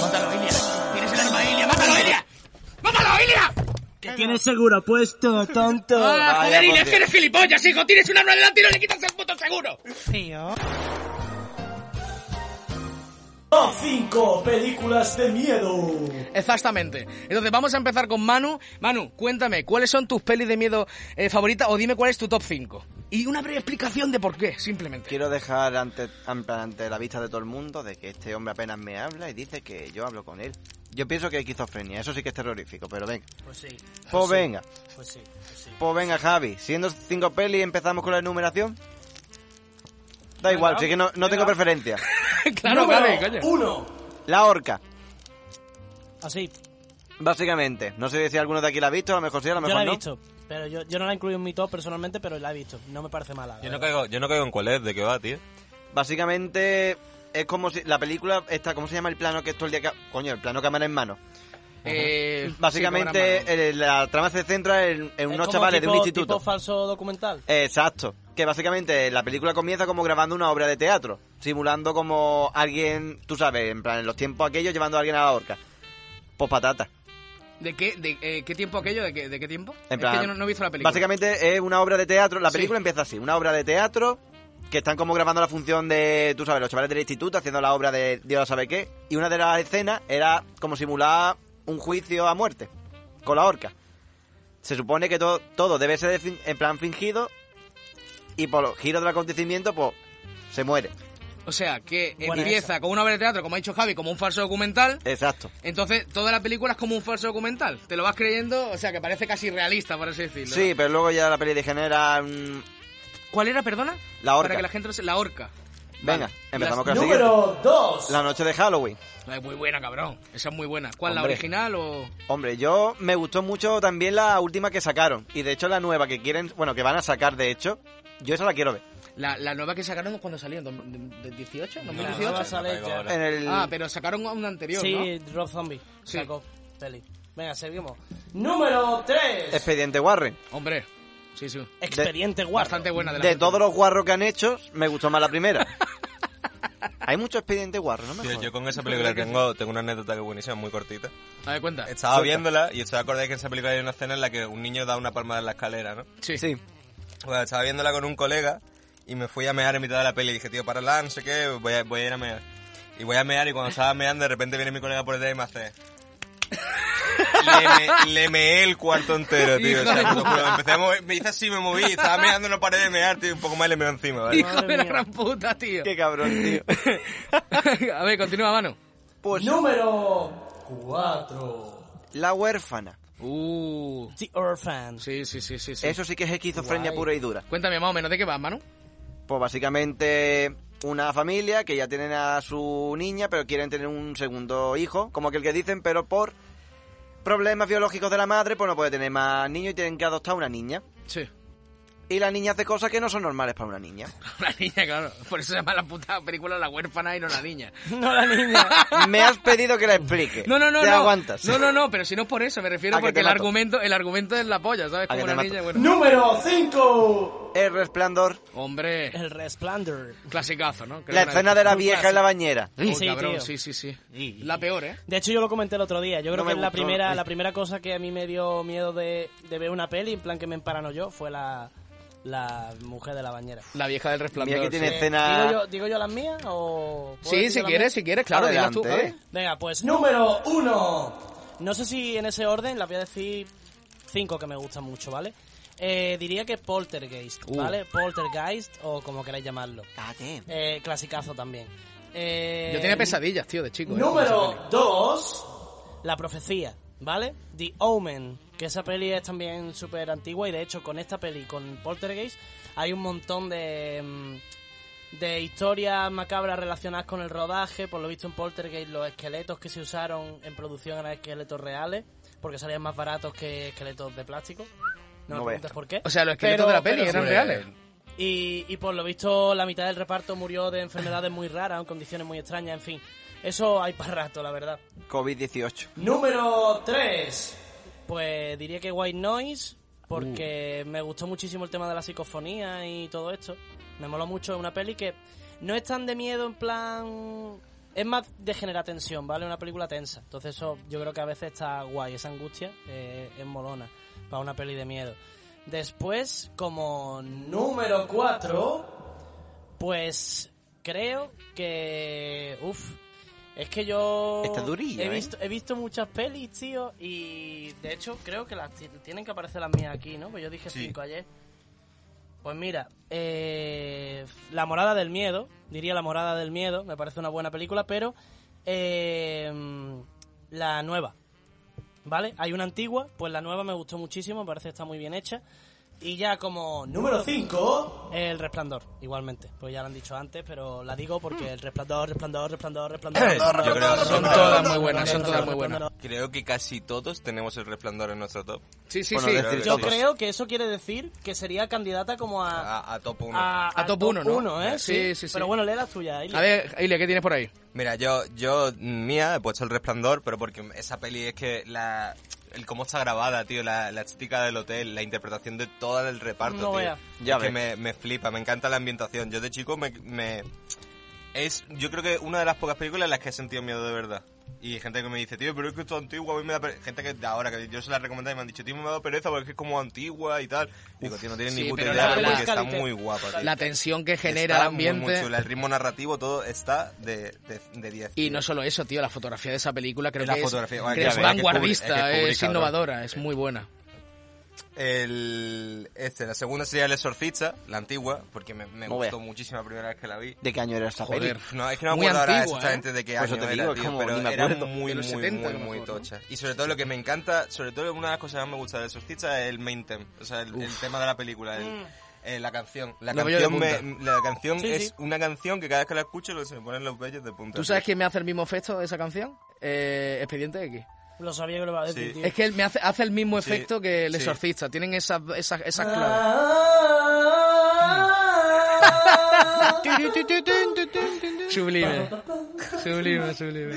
¡Mátalo, Ilia! ¡Tienes el arma, Ilia! ¡Mátalo, Ilia! ¡Mátalo, Ilia! Que tienes seguro puesto, tonto. ¡Ah, Vaya, joder, por Ilia, es Dios. que eres gilipollas, hijo! ¡Tienes un arma delante y no le quitas el puto seguro! Feo. Top 5 películas de miedo. Exactamente. Entonces vamos a empezar con Manu. Manu, cuéntame, ¿cuáles son tus pelis de miedo eh, favoritas o dime cuál es tu top 5? Y una breve explicación de por qué, simplemente. Quiero dejar ante, ante la vista de todo el mundo de que este hombre apenas me habla y dice que yo hablo con él. Yo pienso que hay esquizofrenia, eso sí que es terrorífico, pero venga. Pues sí, Pues venga, pues sí, pues sí. pues venga, Javi. Siendo cinco pelis, empezamos con la enumeración. Da igual, sí que no, no tengo preferencia. claro, Gaby, coño. Uno. La horca, Así. básicamente. No sé si alguno de aquí la ha visto, a lo mejor sí, a lo Yo mejor la he no. visto. Pero yo, yo no la incluyo en mi top personalmente, pero la he visto. No me parece mala. la Yo no, verdad. caigo, yo no caigo en cuál es, de qué va, tío. Básicamente es como si la película está, ¿cómo se llama el plano que es todo el día? ca- Coño, el plano cámara en mano. Eh, sí, cámara Básicamente en mano. el- la trama se centra en, en Es unos como chavales de un tipo- instituto. tipo falso documental. Exacto. Que básicamente la película comienza como grabando una obra de teatro, simulando como alguien, tú sabes, en plan, en los tiempos aquellos llevando a alguien a la horca. Pues patata. ¿De qué, de, eh, qué tiempo aquello? ¿De qué, de qué tiempo? En plan, es que yo no, no he visto la película. Básicamente es una obra de teatro, la Sí. película empieza así, una obra de teatro que están como grabando la función de, tú sabes, los chavales del instituto haciendo la obra de Dios sabe qué, y una de las escenas era como simular un juicio a muerte con la horca. Se supone que todo, todo debe ser de fin- en plan fingido y por los giros del acontecimiento, pues se muere. O sea, que Buena empieza con una obra de teatro, como ha dicho Javi, como un falso documental. Exacto. Entonces, toda la película es como un falso documental. Te lo vas creyendo, o sea, que parece casi realista, por así decirlo. Sí, pero luego ya la peli degenera. mm, ¿Cuál era, perdona? La horca. Para que la gente lo se... La horca. Venga, Vale. Las- empezamos con la siguiente. Número dos. La noche de Halloween. No, es muy buena, cabrón. Esa es muy buena. ¿Cuál, la Hombre. original o...? Hombre, yo me gustó mucho también la última que sacaron. Y de hecho la nueva que quieren, bueno, que van a sacar de hecho, yo esa la quiero ver. La, la nueva que sacaron cuando salió, ¿en dos- de- de 18? No, la 2018. nueva no sale caigo ya. ahora. En el... Ah, pero sacaron una anterior, ¿no? Sí, Rob Zombie. Sí. Sacó peli. Venga, seguimos. Número tres. Expediente Warren. Hombre, sí, sí. Expediente Warren. Bastante buena de la De última. todos los guarros que han hecho, me gustó más la primera. Hay mucho expediente guarro, ¿no? Me Tío, jodas. yo con esa película tengo, tengo una anécdota que es buenísima, muy cortita. A ver, cuenta. Estaba viéndola y os acordáis que en esa película hay una escena en la que un niño da una palmada en la escalera, ¿no? Sí. Sí. Bueno, estaba viéndola con un colega y me fui a mear en mitad de la peli. Y dije, tío, párala, no sé qué, voy a, voy a ir a mear. Y voy a mear y cuando estaba meando de repente viene mi colega por detrás y me hace... Le, me- le meé el cuarto entero, tío. O sea, Hijo de te lo juro, empecé a mover- me hice así, me moví, estaba meando, no paré de mear, tío, un poco más y le meo encima, ¿vale? Hijo de la mía. gran puta, tío. Qué cabrón, tío. a ver, continúa, mano. Pues Número cuatro. la huérfana. Uh. The Orphan. Sí, sí, sí, sí. sí. Eso sí que es esquizofrenia pura y dura. Cuéntame más o menos de qué va, mano. Pues básicamente una familia que ya tienen a su niña, pero quieren tener un segundo hijo, como que el que dicen, pero por problemas biológicos de la madre, pues no puede tener más niños y tienen que adoptar una niña. Sí. Y la niña hace cosas que no son normales para una niña. La niña, claro. Por eso se llama la puta película La huérfana y no la niña. No la niña. Me has pedido que la explique. No, no, no. Te no. aguantas. No, no, no, pero si no es por eso, me refiero A que porque te el mato. argumento, el argumento es la polla, ¿sabes? A Como que te una mato. niña, bueno. Número cinco. El resplandor. Hombre, El Resplendor. clasicazo, ¿no? Creo La que escena de la un vieja en la bañera. Oh, Sí, cabrón, tío. sí, sí, sí. Sí. La peor, ¿eh? De hecho, yo lo comenté el otro día. Yo creo me que es la gustó, primera, eh. la primera cosa que a mí me dio miedo de, de ver una peli, en plan que me emparanoyó, fue la, la mujer de la bañera. Eh, La vieja del resplandor. Mira que tiene sí. escena... ¿Digo, yo, ¿Digo yo las mías o...? ¿puedo Sí, decir si las quieres, mías? si quieres, claro, dilas tú. Adelante, a ver. ¿eh? Venga, pues no, Número uno. no sé si en ese orden, las voy a decir cinco que me gustan mucho, ¿vale? Eh, diría que Poltergeist, Uh. ¿vale? Poltergeist o como queráis llamarlo. Eh, clasicazo también. Eh, Yo tenía pesadillas, tío, de chico. ¿eh? Número dos. La profecía, ¿vale? The Omen, que esa peli es también súper antigua y de hecho con esta peli, con Poltergeist, hay un montón de, mm, de historias macabras relacionadas con el rodaje. Por lo visto en Poltergeist los esqueletos que se usaron en producción eran esqueletos reales, porque salían más baratos que esqueletos de plástico. No, No me preguntes veas. por qué. O sea, los esqueletos Pero- de la peli pero eran sí. reales. Y, y por lo visto la mitad del reparto murió de enfermedades muy raras, en condiciones muy extrañas, en fin. Eso hay para rato, la verdad. COVID-18. Número tres. Pues diría que White Noise, Mm. porque me gustó muchísimo el tema de la psicofonía y todo esto. Me moló mucho, es una peli que no es tan de miedo en plan... Es más de generar tensión, ¿vale? Una película tensa. Entonces eso yo creo que a veces está guay, esa angustia eh, es molona para una peli de miedo. Después, como Número cuatro. pues creo que. Uf. Es que yo. Está durilla, he ¿eh? visto, he visto muchas pelis, tío. Y de hecho, creo que las ti- tienen que aparecer las mías aquí, ¿no? Pues yo dije Sí. cinco ayer. Pues mira, eh, La Morada del Miedo. Diría La Morada del Miedo. Me parece una buena película, pero. eh, la nueva. ¿Vale? Hay una antigua, pues la nueva me gustó muchísimo, me parece que está muy bien hecha. Y ya como número 5, el resplandor, igualmente. Pues ya lo han dicho antes, pero la digo Hmm. porque el resplandor, resplandor, resplandor, Eh, resplandor. resplandor, Yo creo- Son Resplandor, todas muy resplandor, buenas, son resplandor, todas muy buenas. resplandor. Creo que casi todos tenemos el resplandor en nuestro top. Sí, sí, Bueno, sí. decir- Yo Sí. creo que eso quiere decir que sería candidata como a... A, a top 1. A, A al top Ah, uno, ¿no? uno, ¿eh? Sí, sí, sí. Pero bueno, lee las tuyas. Eli. A ver, Ile, ¿qué tienes por ahí? Mira, yo, yo, mm, mía, he puesto el resplandor, pero porque esa peli es que la. El cómo está grabada, tío, la, la chica del hotel, la interpretación de todo el reparto, No tío. vea. Ya Es que ves. me, me flipa, me encanta la ambientación. Yo de chico me, me- Es, yo creo que una de las pocas películas en las que he sentido miedo de verdad. Y gente que me dice, tío, pero es que esto es antiguo, a mí me da pereza. Gente que de ahora, que yo se la recomiendo y me han dicho, tío, me ha dado pereza porque es que es como antigua y tal. Digo, tío, no tienes sí, ni puta pero idea, la- pero la- porque está Calité. muy guapa, tío. La tensión que genera Está el muy, ambiente. Muy, chula, el ritmo narrativo, todo está de, de, de 10. Y no solo eso, tío, la fotografía de esa película creo La que es, fotografía, bueno, creo ya es ves, es que cubre- vanguardista, es que cubre, es cabrón. innovadora, es muy buena. El, este, la segunda sería El Exorcista, la antigua, porque me, me No gustó vea. muchísimo la primera vez que la vi. ¿De qué año era esta Joder. peli? No, es que no me Muy acuerdo ahora antigua, ¿eh? exactamente de qué Por eso año te era, digo, tío, como pero ni me era acuerdo. muy, De los muy, 70 a muy, lo muy mejor, ¿no? tocha. Y sobre todo lo que me encanta, sobre todo una de las cosas que más me gusta de Exorcista es el main theme, o sea, el, el tema de la película, el- eh, la canción. La Los canción, vellos Mm. de me- la canción Sí, es sí. una canción que cada vez que la escucho lo- se me ponen los bellos de punta. ¿Tú sabes quién me hace el mismo efecto de esa canción? Eh, Expediente X. Lo sabía que lo iba a decir, Sí. tío. Es que él me hace, hace el mismo Sí, efecto que el sí. exorcista, tienen esas, esas, esas Ah, Ah. claves. ah, Sublime. Sublime, sublime.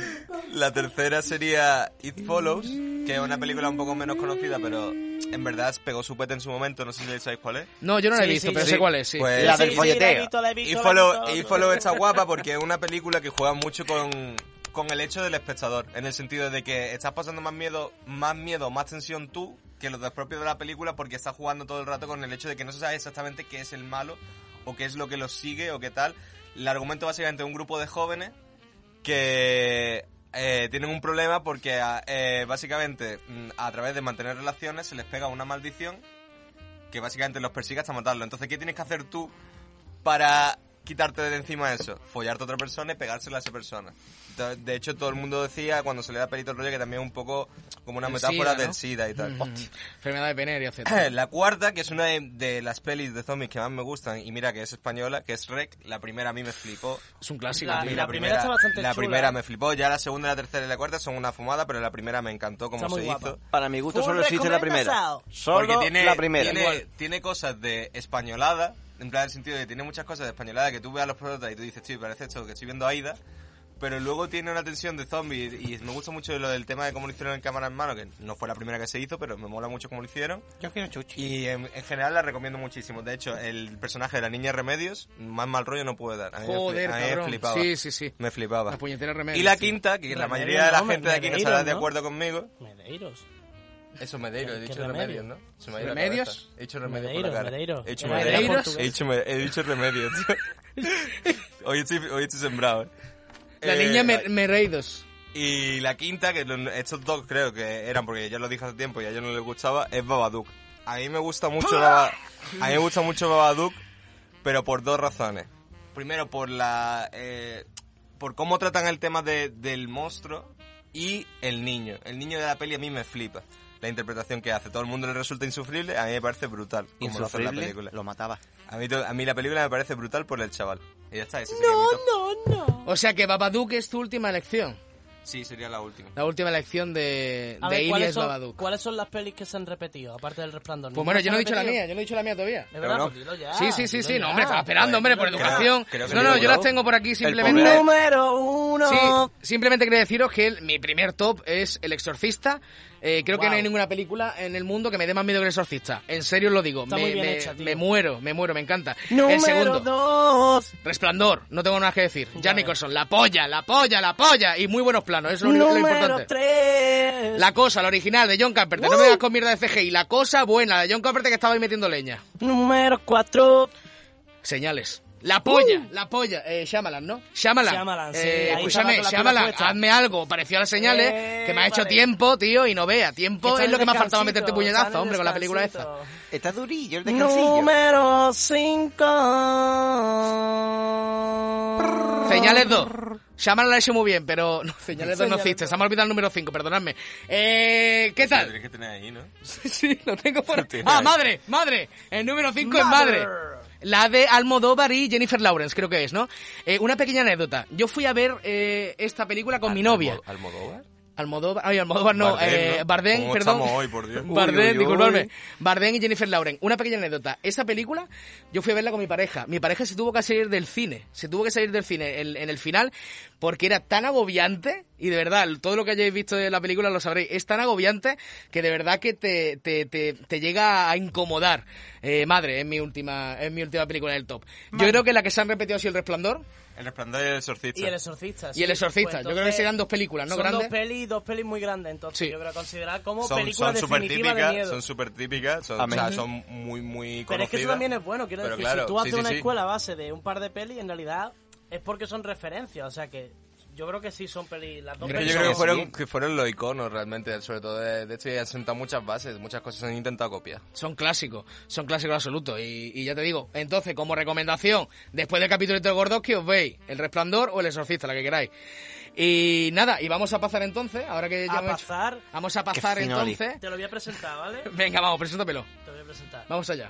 La tercera sería It Follows, que es una película un poco menos conocida, pero en verdad pegó su pete en su momento, no sé si sabéis cuál es. No, yo no la he Sí, visto, sí, pero sí. sé cuál es, sí. Pues- La del Sí, sí, folleteo. la he visto, la he visto, It la he Follows, visto. It Follows está guapa porque es una película que juega mucho con, con el hecho del espectador, en el sentido de que estás pasando más miedo, más miedo, más tensión tú que los propios de la película porque estás jugando todo el rato con el hecho de que no se sabe exactamente qué es el malo o qué es lo que los sigue o qué tal. El argumento básicamente es un grupo de jóvenes que eh, tienen un problema porque a- eh, básicamente mm, a través de mantener relaciones se les pega una maldición que básicamente los persigue hasta matarlo. Entonces, ¿qué tienes que hacer tú para quitarte de encima eso? Follarte a otra persona y pegársela a esa persona. De- De hecho, todo el mundo decía cuando se le da pelito el rollo que también es un poco como una El metáfora SIDA, ¿no? Mm. del SIDA y tal. Hostia. Enfermedad de Veneria, etc. La cuarta, que es una de, de las pelis de zombies que más me gustan, y mira que es española, que es Rec, la primera a mí me flipó. Es un clásico, La- tío. la- primera está bastante La chula, primera ¿eh? me flipó, ya la segunda, la tercera y la cuarta son una fumada, pero la primera me encantó como Está muy se guapa. hizo. Para mi gusto Full solo existe la primera. recomendazao. Solo Porque tiene, la primera. Tiene, tiene cosas de españolada, en plan el sentido de que tiene muchas cosas de españolada que tú ves a los protas y tú dices, sí, parece esto que estoy viendo Aida. Pero luego tiene una tensión de zombies y me gusta mucho lo del tema de cómo lo hicieron en cámara en mano, que no fue la primera que se hizo, pero me mola mucho cómo lo hicieron. Yo quiero chuchi. Y en, en general la recomiendo muchísimo. De hecho, el personaje de la niña Remedios, más mal rollo no puede dar. A mí me fli- Joder, a mí me cabrón. flipaba. Sí, sí, sí. Me flipaba. La puñetera Remedios, Y la tío. quinta, que la Remedios, mayoría de la no, gente de aquí no Remedios, estará de ¿no? acuerdo conmigo, Medeiros. eso Medeiros, he ¿Qué- dicho qué remedios, remedios? ¿no? Se me ha ido la ¿Remedios? cabeza. He dicho remedios por Medeiros, la cara. Medeiros. He dicho Era remedios. ¿Medeiros? He dicho, me- he dicho remedios, tío. hoy, estoy, hoy estoy sembrado, ¿eh? La Eh, niña Mer- Mereidos. Y la quinta, que lo- estos dos creo que eran, porque ya lo dije hace tiempo y a ellos no les gustaba, es Babadook. A mí me gusta mucho Baba- a mí me gusta mucho Babadook, pero por dos razones. Primero, por la... eh, por cómo tratan el tema de- del monstruo y el niño. El niño de la peli a mí me flipa. La interpretación que hace. Todo el mundo le resulta insufrible, a mí me parece brutal. Como lo hace en la Insufrible, película. lo mataba. A mí, to- a mí la película me parece brutal por el chaval. Y ya está, ese sería mi top. O sea que Babadook es tu última elección. Sí, sería la última. La última elección de, A de ver, Iria ¿cuáles es son, Babadook. ¿cuáles son las pelis que se han repetido? Aparte del resplandor. Pues bueno, yo ¿Ninguna no he se ha dicho la repetido? mía, yo no he dicho la mía todavía. De verdad, Pero no. pues dilo ya. Sí, sí, sí, dilo sí, ya. no, hombre, estaba esperando, hombre, por Creo- educación. creo que No, lo no, digo yo las yo. tengo por aquí pobre. simplemente. Número uno. Sí, simplemente quería deciros que el- mi primer top es El Exorcista. Eh, creo que Wow. no hay ninguna película en el mundo que me dé más miedo que El Exorcista. En serio os lo digo. Está me, muy bien me- hecha, tío. me muero, me muero, me encanta. el Número segundo, dos. Resplandor. No tengo nada que decir. Ya Jack Nicholson, la polla, la polla, la polla. Y muy buenos planos, eso es lo, único- lo Número importante. tres. La cosa, la original de John Carpenter. Uh. No me das con mierda de CGI. La cosa buena de John Carpenter que estaba ahí metiendo leña. Número cuatro. Señales. La polla, la polla. Eh, Shyamalan, ¿no? Shyamalan. Uh. Shyamalan, sí, Eh, ahí escúchame, estaba con la Shyamalan, pila puesta. hazme algo parecido a las señales, Eh, que me ha hecho vale. tiempo, tío, y no vea. Tiempo Que Pues es lo que me ha faltado sale meterte descansito, puñetazo, sale hombre, con la película esta. descansito. Está durillo el descansillo. Número 5. Señales 2. Shaman lo ha hecho muy bien, pero no, señales no hiciste. Se me ha olvidado el número 5, perdonadme. Eh, ¿Qué Lo tal? tienes que tener ahí, ¿no? Sí, lo tengo por... Tiene Ah, ahí. madre, madre. El número 5 es madre. La de Almodóvar y Jennifer Lawrence, creo que es, ¿no? Eh, una pequeña anécdota. Yo fui a ver eh, esta película con mi novia. Almod- ¿Almodóvar? Almodóvar, ay, Almodóvar no, Bardem, eh, ¿no? Bardem, ¿Cómo perdón. estamos hoy, por Dios? Uy, Bardem, uy, uy. disculpadme. Bardem y Jennifer Lauren. Una pequeña anécdota. Esa película, yo fui a verla con mi pareja. Mi pareja se tuvo que salir del cine. Se tuvo que salir del cine en, en el final porque era tan agobiante. Y de verdad, todo lo que hayáis visto de la película lo sabréis. Es tan agobiante que de verdad que te, te, te- te llega a incomodar. Eh, madre, es mi última, es mi última película del top. Yo creo que la que se han repetido ha sido El Resplandor El resplandor y el exorcista. Y el exorcista. pues y El Exorcista. yo creo que serán dos películas, ¿no? Son Grandes. dos pelis, dos pelis muy grandes, entonces Sí. yo creo que considerar como son, película son súper definitiva de típicas, miedo. son súper típicas, son, o Amén. sea, son muy, muy conocidas. Pero es que eso también es bueno, quiero Pero decir, claro, si tú haces sí, sí, una sí. escuela a base de un par de pelis, en realidad es porque son referencias, o sea que yo creo que sí son pelis, las dos Pero pelis yo creo que son- fueron, que fueron los iconos realmente, sobre todo de, de esto, y han sentado muchas bases, muchas cosas han intentado copiar. Son clásicos, son clásicos absolutos. Y, y ya te digo, entonces, como recomendación, después del capítulo de Gordos, que os veis? ¿El Resplandor o El Exorcista? La que queráis. Y nada, y vamos a pasar entonces, ahora que ya A hemos hecho- pasar, Vamos a pasar Qué fino, Oli. entonces. te lo voy a presentar, ¿vale? Venga, vamos, preséntamelo. Te lo voy a presentar. Vamos allá.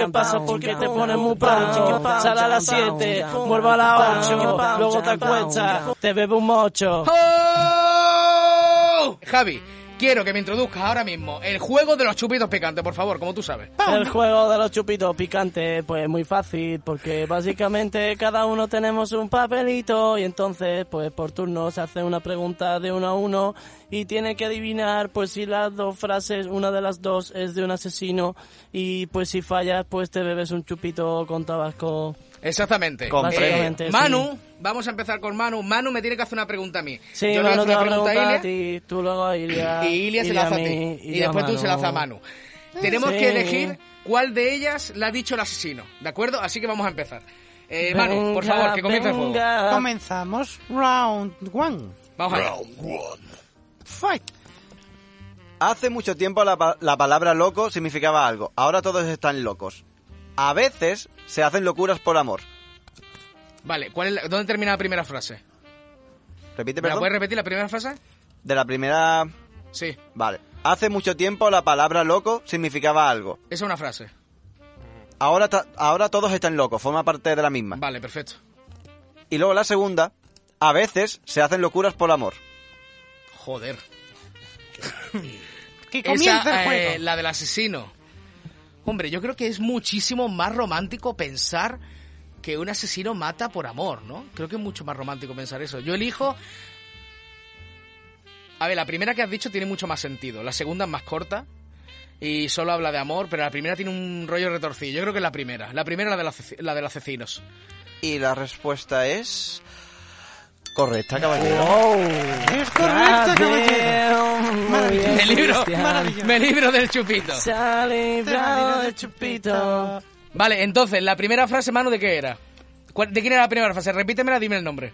que pasa porque te pones muy pan, chiqui, sal a las 7, vuelvo a las 8, luego te acuestas, te bebo un mocho. ¡Oh! Javi, quiero que me introduzcas ahora mismo el juego de los chupitos picantes, por favor, como tú sabes. El juego de los chupitos picantes, pues muy fácil, porque básicamente cada uno tenemos un papelito y entonces, pues por turno se hace una pregunta de uno a uno y tiene que adivinar, pues si las dos frases, una de las dos es de un asesino y pues si fallas, pues te bebes un chupito con tabasco. Exactamente. Eh, Comprendo. Manu, vamos a empezar con Manu. Manu me tiene que hacer una pregunta a mí. Sí, Yo le voy a Manu hacer te va una a pregunta a preguntar a Ilia. ti, tú luego a Ilia. y Ilia se Ilia la hace a mí, ti. Y Ilia después tú se la haces a mano. Manu. Tenemos Sí. que elegir cuál de ellas la ha dicho el asesino, ¿de acuerdo? Así que vamos a empezar. Eh, Manu, por Venga, favor, que comience el juego. venga. Comenzamos round one. Vamos allá. Fight. Hace mucho tiempo la, pa- la palabra loco significaba algo. Ahora todos están locos. A veces se hacen locuras por amor. Vale, ¿cuál es la- ¿dónde termina la primera frase? Repite, ¿Me la perdón. puedes repetir la primera frase? De la primera... Sí, Vale. Hace mucho tiempo la palabra loco significaba algo. esa es una frase. Ahora, ta- ahora todos están locos, forma parte de la misma. Vale, perfecto. Y luego la segunda, a veces se hacen locuras por amor. Joder. Que comience Esa, el juego. eh, la del asesino. Hombre, yo creo que es muchísimo más romántico pensar que un asesino mata por amor, ¿no? Creo que es mucho más romántico pensar eso. Yo elijo... A ver, la primera que has dicho tiene mucho más sentido. La segunda es más corta y solo habla de amor, pero la primera tiene un rollo retorcido. Yo creo que es la primera. La primera la de los, la de los asesinos. Y la respuesta es... Correcta, caballero. Es Ah, correcto, caballero. Maravilloso. Me libro, Maravilloso. me libro del chupito. Sale, bravo, Maravilloso chupito. Vale, entonces, la primera frase, mano, ¿de qué era? ¿Cuál- ¿De quién era la primera frase? Repítemela, dime el nombre.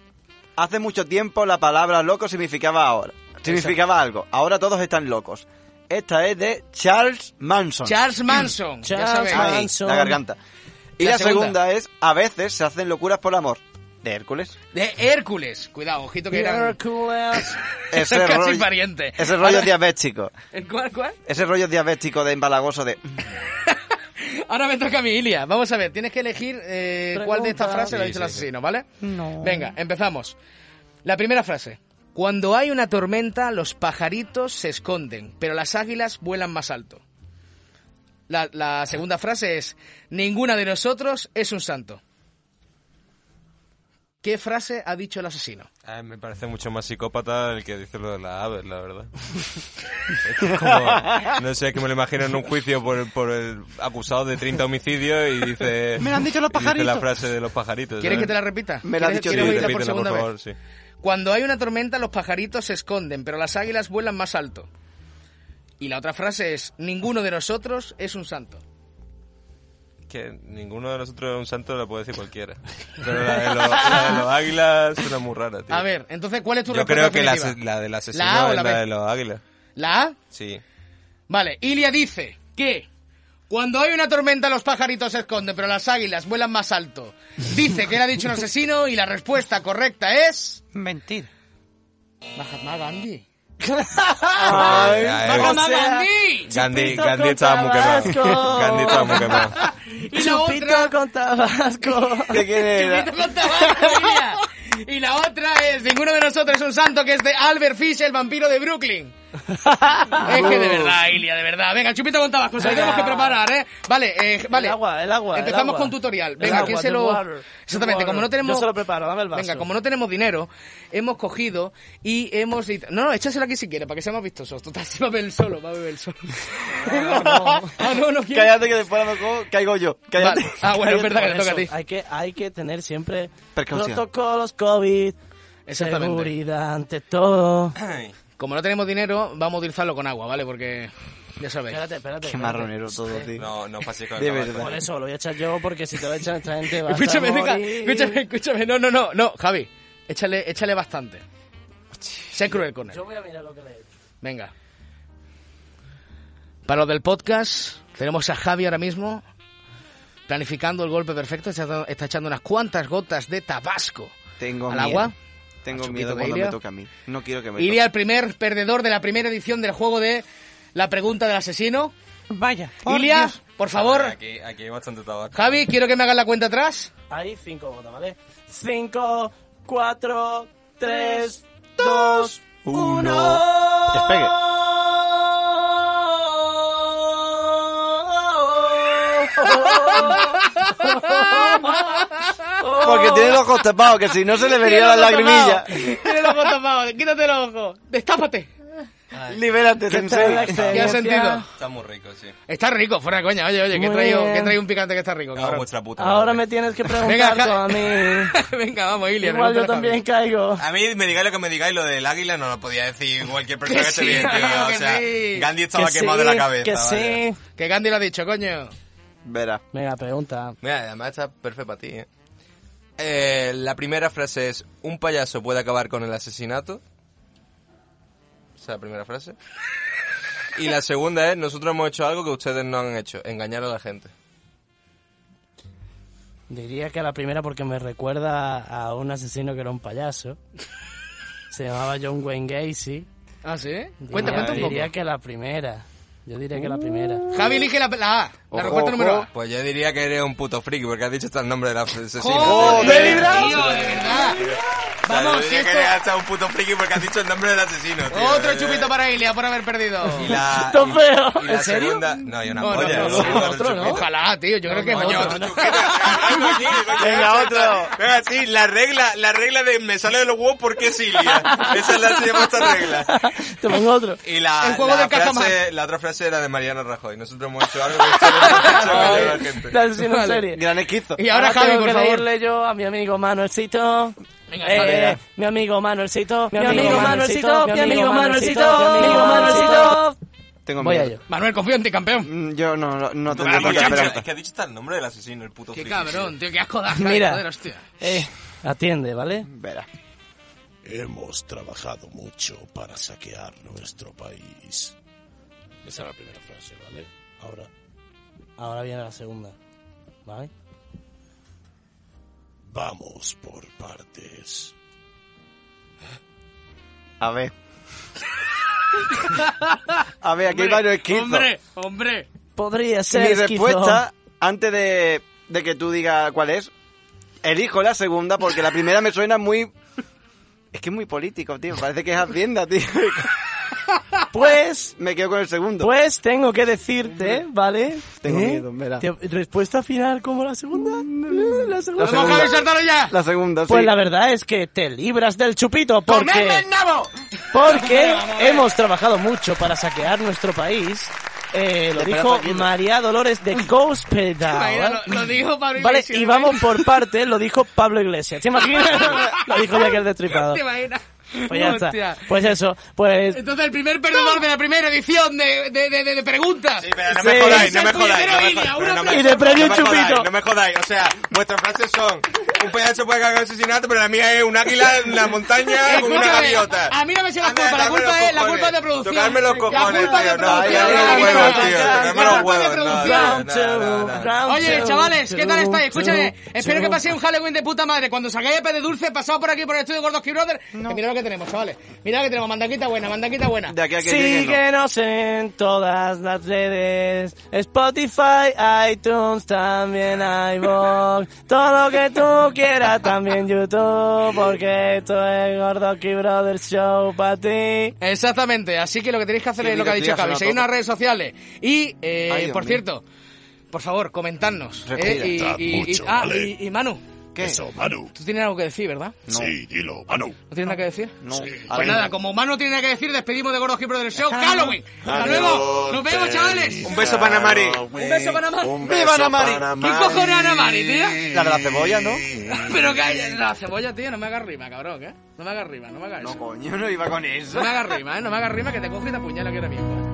Hace mucho tiempo la palabra loco significaba ahora. Significaba algo. Ahora todos están locos. Esta es de Charles Manson. Charles Manson. ya Charles sabéis. Ahí, Manson. la garganta. Y La la, segunda. segunda. es, a veces se hacen locuras por amor. De Hércules. De Hércules. Cuidado, ojito que eran... Hércules. Ese Casi rollo, pariente. Ese rollo diabético. ¿Cuál, cuál? Ese rollo diabético de embalagoso de... Ahora me toca a mi Ilia. Vamos a ver, tienes que elegir eh, cuál de estas frases lo ha Sí, dicho sí, el asesino, ¿vale? No. Venga, empezamos. La primera frase. Cuando hay una tormenta, los pajaritos se esconden, pero las águilas vuelan más alto. La, la segunda frase es, ninguna de nosotros es un santo. ¿Qué frase ha dicho el asesino? Ay, me parece mucho más psicópata el que dice lo de las aves, la verdad. Es que es como- no sé, es que me lo imagino en un juicio por, el- por el acusado de 30 homicidios y dice... Me lo han dicho los y dice la pajaritos. frase de los pajaritos. ¿Quieres que te la ¿sabes? repita? Me la ha ¿Quieres- dicho quieres Dios. Sí, oírla por repítela, segunda por vez? favor, sí. Cuando hay una tormenta, los pajaritos se esconden, pero las águilas vuelan más alto. Y la otra frase es: Ninguno de nosotros es un santo. Que ninguno de nosotros es un santo, lo puede decir cualquiera. Pero la de, los- la de los águilas suena muy rara, tío. A ver, entonces, ¿cuál es tu Yo respuesta? creo que la, definitiva? ase- la del asesino ¿La A o es la la, B? de los águilas. ¿La A? Sí. Vale, Ilia dice que cuando hay una tormenta los pajaritos se esconden, pero las águilas vuelan más alto. Dice que le ha dicho un asesino y la respuesta correcta es... Mentir. Mahatma Gandhi. Ay, ¡Mahatma o sea, Gandhi! Gandhi, Chupito Gandhi con estaba muy quemado. Tabasco. Gandhi estaba muy quemado. Y la otra... con Tabasco. ¿De quién era? Chupito con tabaco, Ilia. Y la otra es Ninguno de nosotros es un santo que es de Albert Fish, el vampiro de Brooklyn. es Uh. que de verdad, Ilia, de verdad. Venga, chupito con tabaco, se lo tenemos que preparar, ¿eh? Vale, eh, vale. El agua, el agua. el Empezamos agua. con tutorial. El Venga, agua, ¿quién se the lo...? water, the Exactamente, water. como no tenemos... Yo se lo preparo, dame el vaso. Venga, como no tenemos dinero, hemos cogido y hemos... dit- No, no, échaselo aquí si quieres, para que seamos vistosos. Total, si va a beber solo, va a beber solo. ah, no, no quiero. Cállate que después a lo mejor caigo yo. Cállate. Vale. Ah, bueno, es verdad que Por le toca a eso, ti. Hay que, hay que tener siempre Precaución. protocolos COVID, Exactamente. seguridad ante todo. Como no tenemos dinero, vamos a utilizarlo con agua, ¿vale? Porque ya sabéis. Espérate, espérate. eh. Qué espérate. marronero todo, tío. No, no pasé con el De tabaco. verdad. Por eso lo voy a echar yo, porque si te lo echan esta gente va Escúchame, a venga, morir. escúchame, escúchame. No, no, no, no, Javi. Échale, échale bastante. Sé cruel con él. Yo voy a mirar lo que le he hecho. Venga. Para los del podcast, tenemos a Javi ahora mismo planificando el golpe perfecto. Está, dando- está echando unas cuantas gotas de tabasco Tengo al miedo. agua. Tengo Chupito miedo de cuando Iria. me toca a mí. No quiero que me Iría toque. el primer perdedor de la primera edición del juego de La pregunta del asesino. Vaya. Ilia, por favor, Aquí, aquí hay bastante tabaco. Javi, quiero que me hagas la cuenta atrás. Hay cinco botas, ¿vale? Cinco, cuatro, tres, dos, uno. Despegue. Oh. Porque tiene los ojos tapados, que si no se le vería la lagrimilla. Tiene los ojos tapados, quítate los ojos. Destápate. Libérate, sensei. ¿Qué has sentido? Está muy rico, sí. Está rico, fuera de coña. Oye, oye, que he Muy traído, bien. que he traído un picante que está rico, Cago en cabrón. vuestra puta Ahora me madre. tienes que Venga, preguntar tú Javi. a mí. Venga, vamos, Ilia. Igual yo pregúntale a Javi. también caigo. A mí me digáis lo que me digáis, lo del águila no lo podía decir cualquier persona Que que esté sí, bien, tío. claro O que sea, sí. Gandhi estaba Que quemado sí, de la cabeza. Que vaya. sí. Que Gandhi lo ha dicho, coño. Verá. Venga, pregunta. Mira, además está perfecto para ti, ¿eh? Eh, La primera frase es, ¿un payaso puede acabar con el asesinato? Esa es la primera frase. Y la segunda es, nosotros hemos hecho algo que ustedes no han hecho, engañar a la gente. Diría que la primera porque me recuerda a un asesino que era un payaso. Se llamaba John Wayne Gacy. Ah, ¿sí? Diría- Cuenta, cuenta un Diría poco. Uh. que la primera. Yo diría que la primera. Javi elige la, la A, la Ojo, respuesta número A. Pues yo diría que eres un puto friki porque has dicho hasta el nombre de la asesina. ¡Oh, tío, de verdad! Vamos, Vamos, yo si diría que esto... eres hasta un puto friki porque has dicho el nombre del asesino. tío. Otro chupito para Ilia por haber perdido. Y la, Esto y- feo. y la ¿En serio? segunda... No, hay una No, no, polla. no, seguro, no, otro otro, ¿no? chupito. Ojalá, tío, yo creo que es Coño, otro. otro chupito. Algo aquí, coño, Venga, otro. Venga, sí, la regla, la regla de me sale de los huevos porque sí, Lía. Esa es la se llama esta regla. Te pongo otro. Y la, El juego la del cajamar. frase, la otra frase era de Mariano Rajoy. Nosotros hemos hecho algo que ustedes no han hecho engañar a la gente. De asesino en Vale. serie. Gran esquizo. Y ahora, Javi, tengo por que favor. leerle yo a mi amigo Manuelcito. Venga, Eh, Javi, eh, ya. mi amigo Manuelcito, mi amigo Manuelcito, mi amigo Manuelcito, mi amigo Tengo Voy a miedo. ello. Manuel, confío en ti, campeón. Mm, Yo no, no, no Ah, tendré porque mucha ha dicho- esperanza. Es que ha dicho hasta el nombre del asesino, el puto Qué friki. cabrón, tío, qué asco da. Mira. Joder, hostia. Eh, atiende, ¿vale? Verá. Hemos trabajado mucho para saquear nuestro país. Esa es la primera frase, ¿vale? Ahora, Ahora viene la segunda. ¿Vale? vamos por partes. A ver. A ver, aquí hay Hombre, varios esquizos. Hombre, hombre. Podría ser Mi esquizo. respuesta, antes de, de que tú digas cuál es, elijo la segunda porque la primera me suena muy... Es que es muy político, tío. Parece que es Hacienda, tío. Pues, Me quedo con el segundo. pues tengo que decirte, ¿vale? Mm. ¿Eh? Tengo miedo, verá. Te- Respuesta final como la segunda. La segunda. Vamos, La segunda. Javi, saltalo ya. La segunda, sí. Pues la verdad es que te libras del chupito porque ¡Comedme el nabo! porque hemos trabajado mucho para saquear nuestro país. Eh, lo Te dijo esperas aquí, ¿no? María Dolores de Cospedal. Imagina, lo, lo dijo Pablo Vale, Iglesias, ¿eh? y ¿no? vamos por partes, lo dijo Pablo Iglesias. ¿Te imaginas? lo dijo ya que el destripado. ¿Te imaginas? Pues ya está. Hostia. Pues eso, pues... Entonces el primer perdedor de la primera edición de, de, de, de- de preguntas. Sí, pero no Sí. me jodáis, no Es me el jodáis. puñetero no me Ilia, un jodáis, pero no me- aplauso. Y de premio no un me jodáis, chupito. No me jodáis, o sea, vuestras frases son: un payaso puede cagar un asesinato, pero la mía es un águila en la montaña con una Escúchame, gaviota. A mí no me echa la Anda, culpa, la tocarme culpa los es la culpa es de cojones. producción. Tocarme los cojones, La culpa es de tío, no, producción. ya, ya, la ya, culpa huevos, es de producción, tío, tocarme la los culpa es de huevos, no, producción. no, no. Oye, chavales, ¿qué tal estáis? Escúchame, espero que paséis un Halloween de puta madre. Cuando salgáis a Pez de Dulce, pasad por aquí por el estudio Gordoski Brothers. Que mira lo que tenemos, chavales. Mira lo que tenemos, mandanquita buena, mandanquita buena. De aquí a que lleguen, no. Síguenos en todas las redes, Spotify, iTunes, también iVoox, todo lo que tú quieras, también YouTube, porque esto es Gordoki Brothers Show para ti. Exactamente, así que lo que tenéis que hacer Qué es lo que ha dicho divertida Cavi, será seguirnos todo. en las redes sociales y, eh, Ay, Dios por mío. cierto, por favor, comentadnos. Respira. eh, y, y- y- Mucho, ah, ¿vale? y- y Manu, ¿Qué? Eso, Manu. tú tienes algo que decir, ¿verdad? No. Sí, dilo, Manu. ¿No tienes nada que decir? No. Sí. A Pues ver. nada, como Manu no tiene nada que decir, despedimos de Gordo Gipro del show Halloween. Hasta Adiós, luego, nos vemos, chavales. Un beso para Ana Mari. Un beso para Ana Mari. Un ¡Viva Ana beso Mari! para ¿Qué cojones Ana Mari, tío? La de la cebolla, ¿no? Pero calla, la cebolla, tío, no me hagas rima, cabrón, ¿eh? No me hagas rima, no me hagas No, eso. coño, no iba con eso. No me hagas rima, ¿eh? No me hagas rima que te cojo y te apuñalo que era mierda.